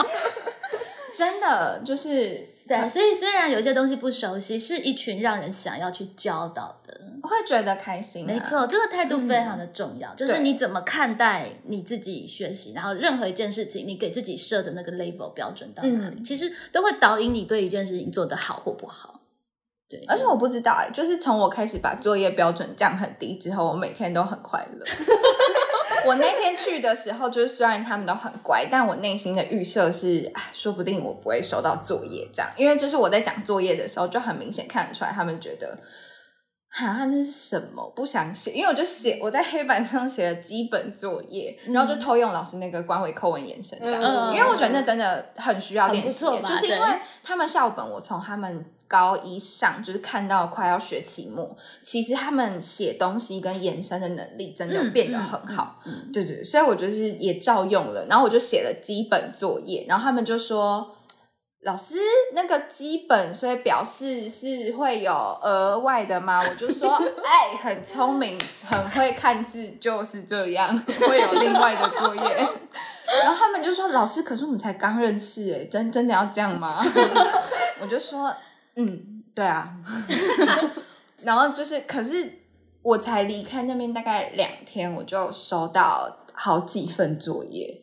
[SPEAKER 3] 真的就是
[SPEAKER 2] 对，所以虽然有些东西不熟悉，是一群让人想要去教导的。
[SPEAKER 3] 哦，会觉得开心、啊。嗯
[SPEAKER 2] 没，错，这个态度非常的重要，就是你怎么看待你自己学习，然后任何一件事情，你给自己设的那个 level 标准到哪里，
[SPEAKER 3] 嗯
[SPEAKER 2] 其实都会导引你对一件事情做得好或不好。对，
[SPEAKER 3] 而且我不知道、欸，就是从我开始把作业标准降很低之后，我每天都很快乐。我那天去的时候，就是虽然他们都很乖，但我内心的预设是，哎，说不定我不会收到作业这样，因为就是我在讲作业的时候，就很明显看得出来，他们觉得，哈，那是什么？不想写，因为我就写我在黑板上写了基本作业，然后就偷用老师那个官委扣文延伸这样子，
[SPEAKER 2] 嗯
[SPEAKER 3] 因为我觉得那真的很需要练习，
[SPEAKER 2] 很不错吧
[SPEAKER 3] 就是因为
[SPEAKER 2] 对
[SPEAKER 3] 他们校本，我从他们。高一上就是看到快要学期末，其实他们写东西跟延伸的能力真的
[SPEAKER 2] 嗯
[SPEAKER 3] 变得
[SPEAKER 2] 嗯
[SPEAKER 3] 很
[SPEAKER 2] 嗯
[SPEAKER 3] 好，对对，对所以我就是也照用了，然后我就写了基本作业，然后他们就说老师那个基本，所以表示是会有额外的吗？我就说哎，很聪明，很会看字，就是这样，会有另外的作业。 然后他们就说老师，可是我们才刚认识，哎，真真的要这样吗？ 我就说嗯，对啊。然后就是，可是我才离开那边大概两天，我就收到好几份作业，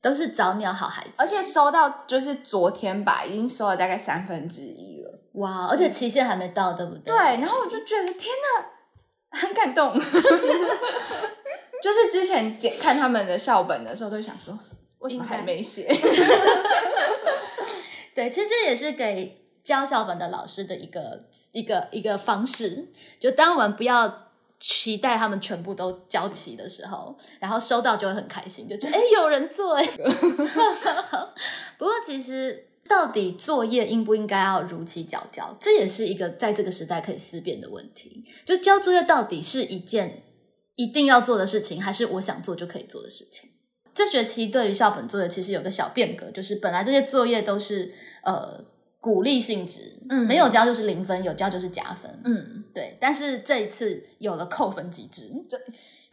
[SPEAKER 2] 都是早鸟好孩子。
[SPEAKER 3] 而且收到就是昨天吧，已经收了大概三分之一了。
[SPEAKER 2] 哇，哦而且期限还没到，对不对？
[SPEAKER 3] 对，然后我就觉得天哪，很感动。就是之前检看他们的校本的时候，都会想说，为什么还没写？
[SPEAKER 2] 对，其实这也是给教小本的老师的一个一个一个方式，就当我们不要。期待他们全部都交齐的时候，然后收到就会很开心，就觉得哎、诶有人做哎、 不过其实到底作业应不应该要如期缴交，这也是一个在这个时代可以思辨的问题。就交作业到底是一件一定要做的事情，还是我想做就可以做的事情？这学期对于校本作业其实有个小变革，就是本来这些作业都是呃鼓励性质，
[SPEAKER 3] 嗯
[SPEAKER 2] 没有交就是零分，有交就是加分，
[SPEAKER 3] 嗯，
[SPEAKER 2] 对。但是这一次有了扣分机制，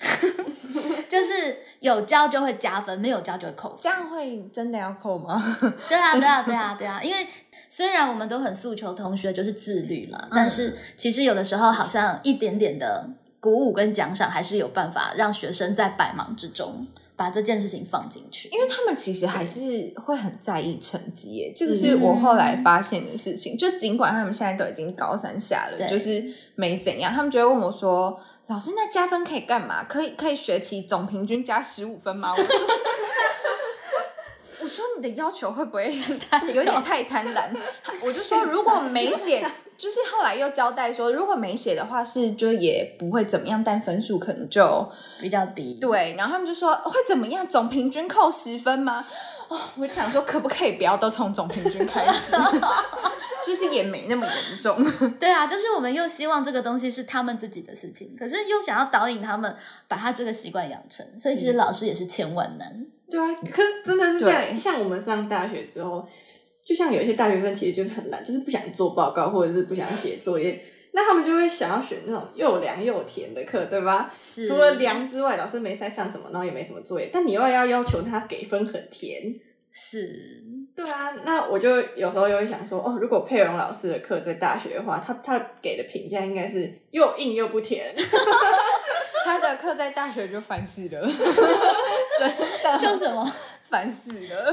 [SPEAKER 2] 就是有交就会加分，没有交就会扣分。
[SPEAKER 3] 这样会真的要扣吗？
[SPEAKER 2] 对啊，对啊，对啊，对啊，因为虽然我们都很诉求同学就是自律了，
[SPEAKER 4] 嗯
[SPEAKER 2] 但是其实有的时候好像一点点的鼓舞跟奖赏，还是有办法让学生在百忙之中把这件事情放进去。
[SPEAKER 3] 因为他们其实还是会很在意成绩耶，这个是我后来发现的事情。就尽管他们现在都已经高三下了，
[SPEAKER 2] 对
[SPEAKER 3] 就是没怎样，他们就会问我说：“老师，那加分可以干嘛？可以可以学期总平均加十五分吗？”我 说。我说你的要求会不会有点太贪婪？我就说如果没写，就是后来又交代说，如果没写的话是就也不会怎么样，但分数可能就
[SPEAKER 2] 比较低。
[SPEAKER 3] 对，然后他们就说哦会怎么样？总平均扣十分吗？哦，我就想说可不可以不要都从总平均开始， 就是也没那么严重。
[SPEAKER 2] 对啊，就是我们又希望这个东西是他们自己的事情，可是又想要导引他们把他这个习惯养成，所以
[SPEAKER 4] 嗯
[SPEAKER 2] 其实老师也是千万难。
[SPEAKER 4] 对啊，可是真的是这
[SPEAKER 3] 对
[SPEAKER 4] 样。像我们上大学之后，就像有一些大学生其实就是很懒，就是不想做报告或者是不想写作业，那他们就会想要选那种又凉又甜的课，对吧？
[SPEAKER 2] 是
[SPEAKER 4] 除了凉之外，老师没在上什么，然后也没什么作业，但你又要要求他给分很甜。
[SPEAKER 2] 是，
[SPEAKER 4] 对啊，那我就有时候又会想说，哦，如果佩蓉老师的课在大学的话，他他给的评价应该是又硬又不甜。
[SPEAKER 3] 他的课在大学就烦死了，真的
[SPEAKER 2] 就 什么？
[SPEAKER 3] 烦死了，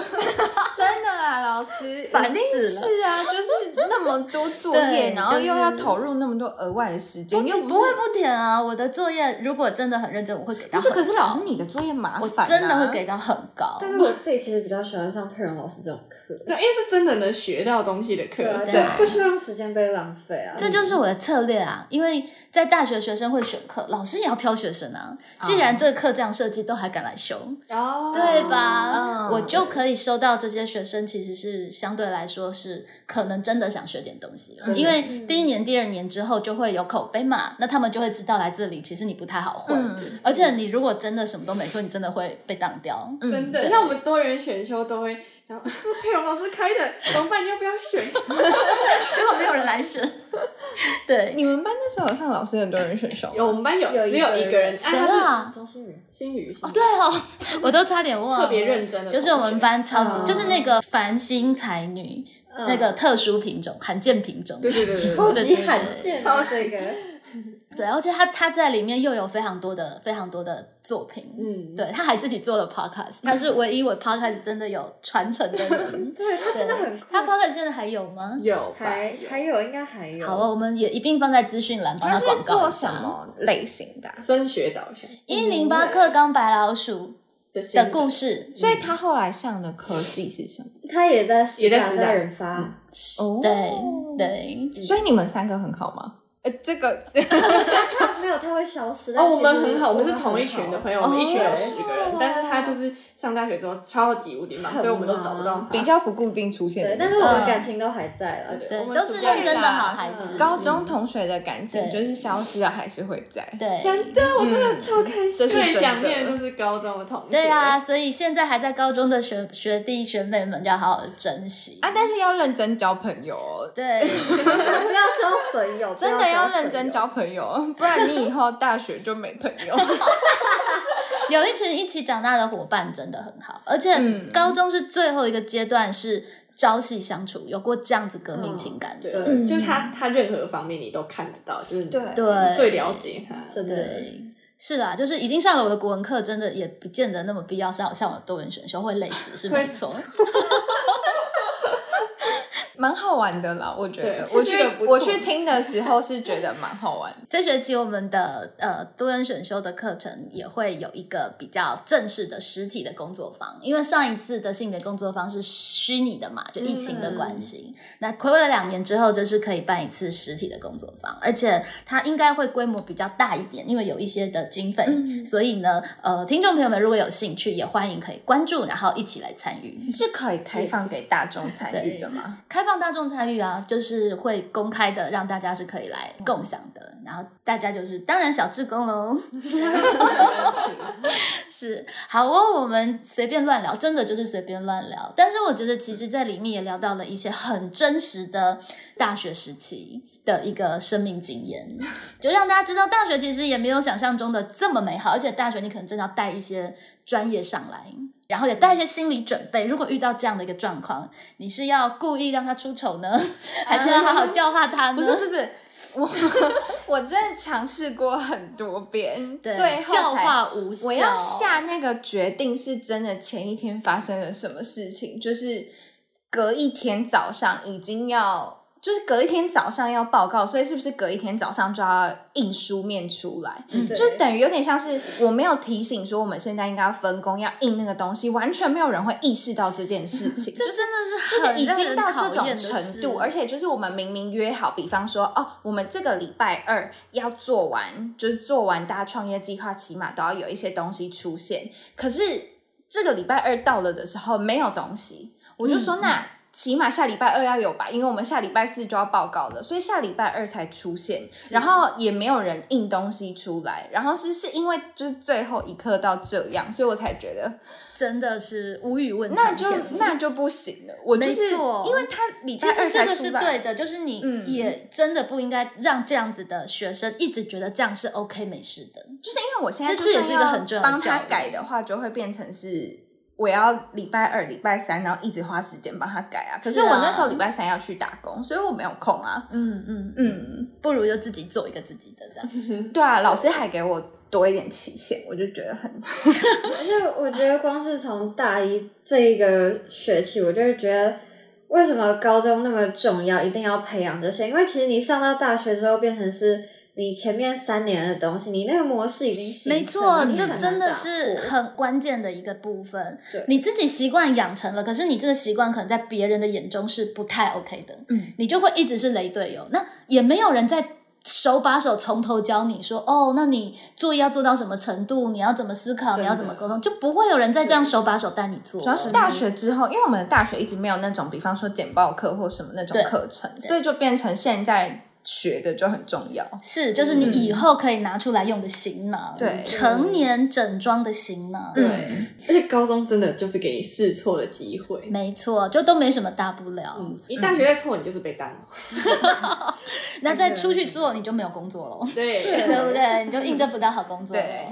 [SPEAKER 3] 真的啊，老师
[SPEAKER 2] 烦
[SPEAKER 3] 一定
[SPEAKER 2] 死了
[SPEAKER 3] 是啊，就是那么多作业，
[SPEAKER 2] 对
[SPEAKER 3] 然后
[SPEAKER 2] 就
[SPEAKER 3] 又要
[SPEAKER 2] 是
[SPEAKER 3] 投入那么多额外的时间，
[SPEAKER 2] 你
[SPEAKER 3] 又
[SPEAKER 2] 哎不会
[SPEAKER 3] 是。
[SPEAKER 2] 不填啊？我的作业如果真的很认真，我会给到很
[SPEAKER 3] 不是，
[SPEAKER 2] 高。
[SPEAKER 3] 可是老师，你的作业麻
[SPEAKER 2] 我
[SPEAKER 3] 烦、啊，
[SPEAKER 2] 真的会给到很高。
[SPEAKER 1] 但是我自己其实比较喜欢上佩蓉老师这种课，
[SPEAKER 4] 对，因为是真的能学到东西的课。
[SPEAKER 1] 啊
[SPEAKER 2] 对
[SPEAKER 1] 就不希望时间被浪费啊。
[SPEAKER 2] 这就是我的策略啊，因为在大学学生会选课，老师也要挑学生啊。既然这个课这样设计，都还敢来修，
[SPEAKER 4] 哦，
[SPEAKER 2] 对吧？
[SPEAKER 3] 嗯
[SPEAKER 2] 我就可以收到这些学生，其实是相对来说是可能真的想学点东西了，因为
[SPEAKER 4] 嗯
[SPEAKER 2] 第一年、第二年之后就会有口碑嘛，那他们就会知道来这里其实你不太好混，
[SPEAKER 3] 嗯
[SPEAKER 2] 而且你如果真的什么都没做，你真的会被当掉。
[SPEAKER 5] 嗯
[SPEAKER 4] 真的，像我们多元选修都会， 然后佩蓉老师开的，怎么办？要不要选？
[SPEAKER 2] 结果没有人来 选，对，
[SPEAKER 3] 你们班那时候有上老师很多人选手吗，
[SPEAKER 4] 有我们班有
[SPEAKER 1] 有一
[SPEAKER 4] 只有
[SPEAKER 1] 个
[SPEAKER 4] 一个人，
[SPEAKER 1] 人
[SPEAKER 2] 谁
[SPEAKER 4] 啊他是
[SPEAKER 2] 啊？
[SPEAKER 1] 周星宇，
[SPEAKER 4] 新宇，
[SPEAKER 2] 哦，对 哦，我都差点忘了，
[SPEAKER 4] 特别认真的同学
[SPEAKER 2] 就是我们班超级，
[SPEAKER 1] 嗯
[SPEAKER 2] 就是那个繁星才女，那个特殊品种、罕见品种，
[SPEAKER 4] 嗯对对对对对
[SPEAKER 1] 超
[SPEAKER 2] 对
[SPEAKER 1] 级
[SPEAKER 2] 对
[SPEAKER 1] 罕见啊，
[SPEAKER 4] 超
[SPEAKER 1] 这个。
[SPEAKER 2] 对，而且他他在里面又有非常多的非常多的作品，
[SPEAKER 5] 嗯，
[SPEAKER 2] 对，他还自己做了 podcast，他是唯一我 podcast 真的有传承的人
[SPEAKER 1] 对他真的很酷。
[SPEAKER 2] 他 podcast 现在还有吗？
[SPEAKER 5] 有吧？
[SPEAKER 1] 还还有应该还有，
[SPEAKER 2] 好啊，我们也一并放在资讯栏帮
[SPEAKER 3] 他是
[SPEAKER 2] 广告
[SPEAKER 3] 做
[SPEAKER 2] 一下
[SPEAKER 3] 什？么类型的啊？
[SPEAKER 5] 升学导向
[SPEAKER 2] 一零八课纲白老鼠
[SPEAKER 5] 的
[SPEAKER 2] 的
[SPEAKER 5] 心
[SPEAKER 2] 故事，
[SPEAKER 3] 所以他后来上的科系是什么？
[SPEAKER 1] 他也在实
[SPEAKER 5] 也在
[SPEAKER 1] 打
[SPEAKER 5] 实打
[SPEAKER 1] 在人发，
[SPEAKER 3] 哦
[SPEAKER 2] 对对，
[SPEAKER 3] 所以你们三个很好吗？呃，这个
[SPEAKER 1] 他没有他会消失。
[SPEAKER 5] 哦，
[SPEAKER 1] 但
[SPEAKER 5] 我们
[SPEAKER 1] 其实
[SPEAKER 5] 很好，我们是
[SPEAKER 1] 很
[SPEAKER 5] 同一群的朋友，我们一群有十个人
[SPEAKER 3] 哦，
[SPEAKER 5] 但是他就是上大学之后超级无敌忙，
[SPEAKER 1] 很
[SPEAKER 5] 所以我们都找不到
[SPEAKER 1] 忙
[SPEAKER 3] 比
[SPEAKER 5] 他。
[SPEAKER 3] 较不固定出现
[SPEAKER 1] 对
[SPEAKER 3] 的，那
[SPEAKER 1] 但
[SPEAKER 3] 种。
[SPEAKER 1] 是我们感情都还在了。
[SPEAKER 5] 对
[SPEAKER 2] 对，
[SPEAKER 5] 我们
[SPEAKER 2] 都是
[SPEAKER 5] 暑假
[SPEAKER 2] 认真的
[SPEAKER 3] 啦
[SPEAKER 2] 好孩子。
[SPEAKER 3] 嗯高中同学的感情
[SPEAKER 2] 对
[SPEAKER 3] 就是消失了还是会在，
[SPEAKER 2] 对，
[SPEAKER 5] 真的，我真的
[SPEAKER 3] 嗯
[SPEAKER 5] 超
[SPEAKER 1] 开
[SPEAKER 3] 这是
[SPEAKER 5] 最想
[SPEAKER 3] 真
[SPEAKER 5] 念的
[SPEAKER 3] 的
[SPEAKER 5] 就。是高中的同学。
[SPEAKER 2] 对啊，，所以现在还在高中的学学弟学妹们要好好地珍惜。
[SPEAKER 3] 啊，但是要认真交朋友哦，
[SPEAKER 2] 对，
[SPEAKER 1] 不要交损友，
[SPEAKER 3] 真
[SPEAKER 1] 不
[SPEAKER 3] 的
[SPEAKER 1] 要
[SPEAKER 3] 要认真
[SPEAKER 1] 交
[SPEAKER 3] 交朋友哦，不然你以后大学就没朋友。
[SPEAKER 2] 有一群一起长大的伙伴真的很好，而且
[SPEAKER 3] 嗯
[SPEAKER 2] 高中是最后一个阶段是朝夕相处，有过这样子革命情感的。
[SPEAKER 5] 对
[SPEAKER 1] 对，
[SPEAKER 5] 嗯就是他，他任何方面你都看得到，就是
[SPEAKER 3] 对
[SPEAKER 2] 对
[SPEAKER 5] 最了解他。
[SPEAKER 1] 损友，真的。
[SPEAKER 2] 对，是啦，就是已经上了我的国文课，真的也不见得那么必要上上我的多元选修会累死，是没错。
[SPEAKER 3] 蛮好玩的啦，我觉
[SPEAKER 5] 对。
[SPEAKER 3] 得我
[SPEAKER 5] 是
[SPEAKER 3] 去
[SPEAKER 5] 一个不错
[SPEAKER 3] 我去听的时候是觉得蛮好玩的。
[SPEAKER 2] 这学期我们的呃多人选修的课程也会有一个比较正式的实体的工作坊，因为上一次的性别工作坊是虚拟的嘛，就疫情的关系。那回味了两年之后，这是可以办一次实体的工作坊，而且它应该会规模比较大一点，因为有一些的经费。所以呢，呃，听众朋友们如果有兴趣，也欢迎可以关注，然后一起来参与。
[SPEAKER 3] 是可以开放给大众参与的吗？
[SPEAKER 2] 开放大众参与啊，就是会公开的，让大家是可以来共享的。然后大家就是当然小志工喽，是好哦。我们随便乱聊，真的就是随便乱聊。但是我觉得，其实在里面也聊到了一些很真实的大学时期的一个生命经验，就让大家知道大学其实也没有想象中的这么美好，而且大学你可能真的要带一些专业上来。然后也带一些心理准备，如果遇到这样的一个状况，你是要故意让他出丑呢， 还是要好好教化他呢？
[SPEAKER 3] 不是不是不 是，我我真的尝试过很多遍，
[SPEAKER 2] 对，
[SPEAKER 3] 最后
[SPEAKER 2] 教
[SPEAKER 3] 才
[SPEAKER 2] 化无效。
[SPEAKER 3] 我要下那个决定是真的，前一天发生了什么事情，就是隔一天早上已经要，就是隔一天早上要报告，所以是不是隔一天早上就要印书面出来？
[SPEAKER 2] 嗯
[SPEAKER 1] 对
[SPEAKER 3] 就是等于有点像是我没有提醒说我们现在应该要分工要印那个东西，完全没有人会意识到这件事情， 就
[SPEAKER 2] 这
[SPEAKER 3] 是
[SPEAKER 2] 真的是
[SPEAKER 3] 就是
[SPEAKER 2] 很
[SPEAKER 3] 已
[SPEAKER 2] 让
[SPEAKER 3] 经
[SPEAKER 2] 人
[SPEAKER 3] 到
[SPEAKER 2] 讨
[SPEAKER 3] 这种
[SPEAKER 2] 厌的
[SPEAKER 3] 程
[SPEAKER 2] 事
[SPEAKER 3] 度，而且就是我们明明约好，比方说哦，我们这个礼拜二要做完，就是做完大家创业计划，起码都要有一些东西出现。可是这个礼拜二到了的时候没有东西，我就说、
[SPEAKER 2] 嗯
[SPEAKER 3] 那。起码下礼拜二要有吧，因为我们下礼拜四就要报告了，所以下礼拜二才出现，然后也没有人印东西出来，然后是是因为就是最后一刻到这样，所以我才觉得
[SPEAKER 2] 真的是无语问
[SPEAKER 3] 那
[SPEAKER 2] 苍
[SPEAKER 3] 就
[SPEAKER 2] 天
[SPEAKER 3] 那就不行了。我就是
[SPEAKER 2] 没错
[SPEAKER 3] 因为他礼拜
[SPEAKER 2] 其
[SPEAKER 3] 二
[SPEAKER 2] 实这
[SPEAKER 3] 才
[SPEAKER 2] 个
[SPEAKER 3] 出
[SPEAKER 2] 是
[SPEAKER 3] 来
[SPEAKER 2] 对，的，就是你
[SPEAKER 3] 嗯
[SPEAKER 2] 也真的不应该让这样子的学生一直觉得这样是 OK 没事的。
[SPEAKER 3] 就是因为我现在
[SPEAKER 2] 这
[SPEAKER 3] 就
[SPEAKER 2] 这也
[SPEAKER 3] 算
[SPEAKER 2] 是一个很重要的
[SPEAKER 3] 帮他
[SPEAKER 2] 教育
[SPEAKER 3] 改的话，就会变成是。我要礼拜二、礼拜三，然后一直花时间帮他改啊。可
[SPEAKER 2] 是
[SPEAKER 3] 是
[SPEAKER 2] 啊
[SPEAKER 3] 我那时候礼拜三要去打工，所以我没有空啊。
[SPEAKER 2] 嗯嗯，
[SPEAKER 3] 嗯，
[SPEAKER 2] 不如就自己做一个自己的这样。
[SPEAKER 3] 对啊，老师还给我多一点期限，我就觉得很
[SPEAKER 1] 而且我觉得光是从大一这一个学期，我就会觉得为什么高中那么重要，一定要培养这些？因为其实你上到大学之后，变成是你前面三年的东西，你那个模式已经形成了
[SPEAKER 2] 没错，
[SPEAKER 1] 你
[SPEAKER 2] 这
[SPEAKER 1] 很难
[SPEAKER 2] 真的
[SPEAKER 1] 打
[SPEAKER 2] 是
[SPEAKER 1] 破
[SPEAKER 3] 哦
[SPEAKER 2] 很关键的一个部分
[SPEAKER 1] 对。
[SPEAKER 2] 你自己习惯养成了，可是你这个习惯可能在别人的眼中是不太 OK 的，
[SPEAKER 3] 嗯，
[SPEAKER 2] 你就会一直是雷队友，那也没有人在。手把手从头教你说哦，那你作业要做到什么程度？你要怎么思考？
[SPEAKER 5] 真的
[SPEAKER 2] 你要怎么沟通？就不会有人再这样手把手带你做。
[SPEAKER 3] 主要是大学之后，因为我们的大学一直没有那种，比方说简报课或什么那种
[SPEAKER 2] 对
[SPEAKER 3] 课程，所以就变成现在学的就很重要。
[SPEAKER 2] 是，就是你以后可以拿出来用的行囊，
[SPEAKER 3] 嗯对
[SPEAKER 2] 成年整装的行囊，
[SPEAKER 3] 嗯
[SPEAKER 5] 而且高中真的就是给你试错的机会。
[SPEAKER 2] 没错，就都没什么大不了。
[SPEAKER 5] 嗯，你大学再错，你就是被当。
[SPEAKER 2] 那再出去做，你就没有工作了。
[SPEAKER 5] 对，
[SPEAKER 1] 对
[SPEAKER 2] 对不对？你就应征不到好工作了。
[SPEAKER 3] 对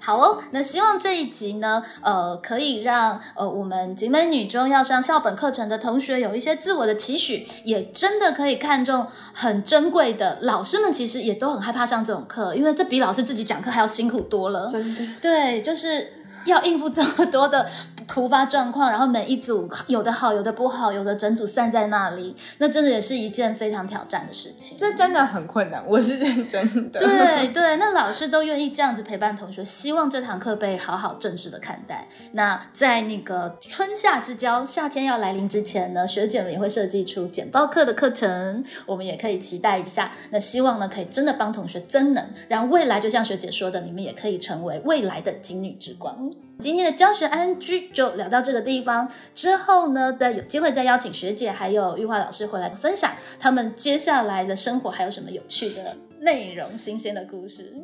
[SPEAKER 2] 好哦，那希望这一集呢，呃，可以让呃我们景美女中要上校本课程的同学有一些自我的期许，也真的可以看重很珍贵的老师们，其实也都很害怕上这种课，因为这比老师自己讲课还要辛苦多了。
[SPEAKER 4] 嗯
[SPEAKER 5] 真的。
[SPEAKER 2] 对，就是要应付这么多的突发状况，然后每一组有的好，有的不好，有的整组散在那里，那真的也是一件非常挑战的事情。
[SPEAKER 3] 这真的很困难，我是认真的。
[SPEAKER 2] 对对，那老师都愿意这样子陪伴同学，希望这堂课被好好正式的看待。那在那个春夏之交，夏天要来临之前呢，学姐们也会设计出简报课的课程，我们也可以期待一下。那希望呢，可以真的帮同学增能，让未来就像学姐说的，你们也可以成为未来的金女之光。哦今天的教学 ING 就聊到这个地方，之后呢的有机会再邀请学姐还有玉华老师回来分享他们接下来的生活还有什么有趣的内容、新鲜的故事。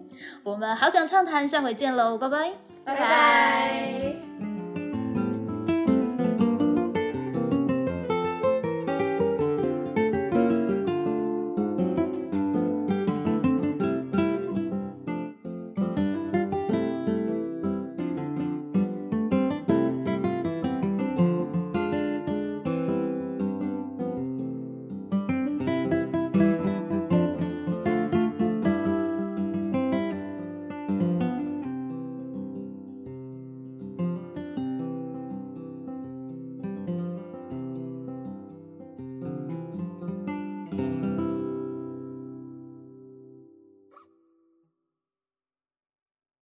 [SPEAKER 2] 我们好想畅谈，下回见喽，拜拜。
[SPEAKER 1] 拜拜。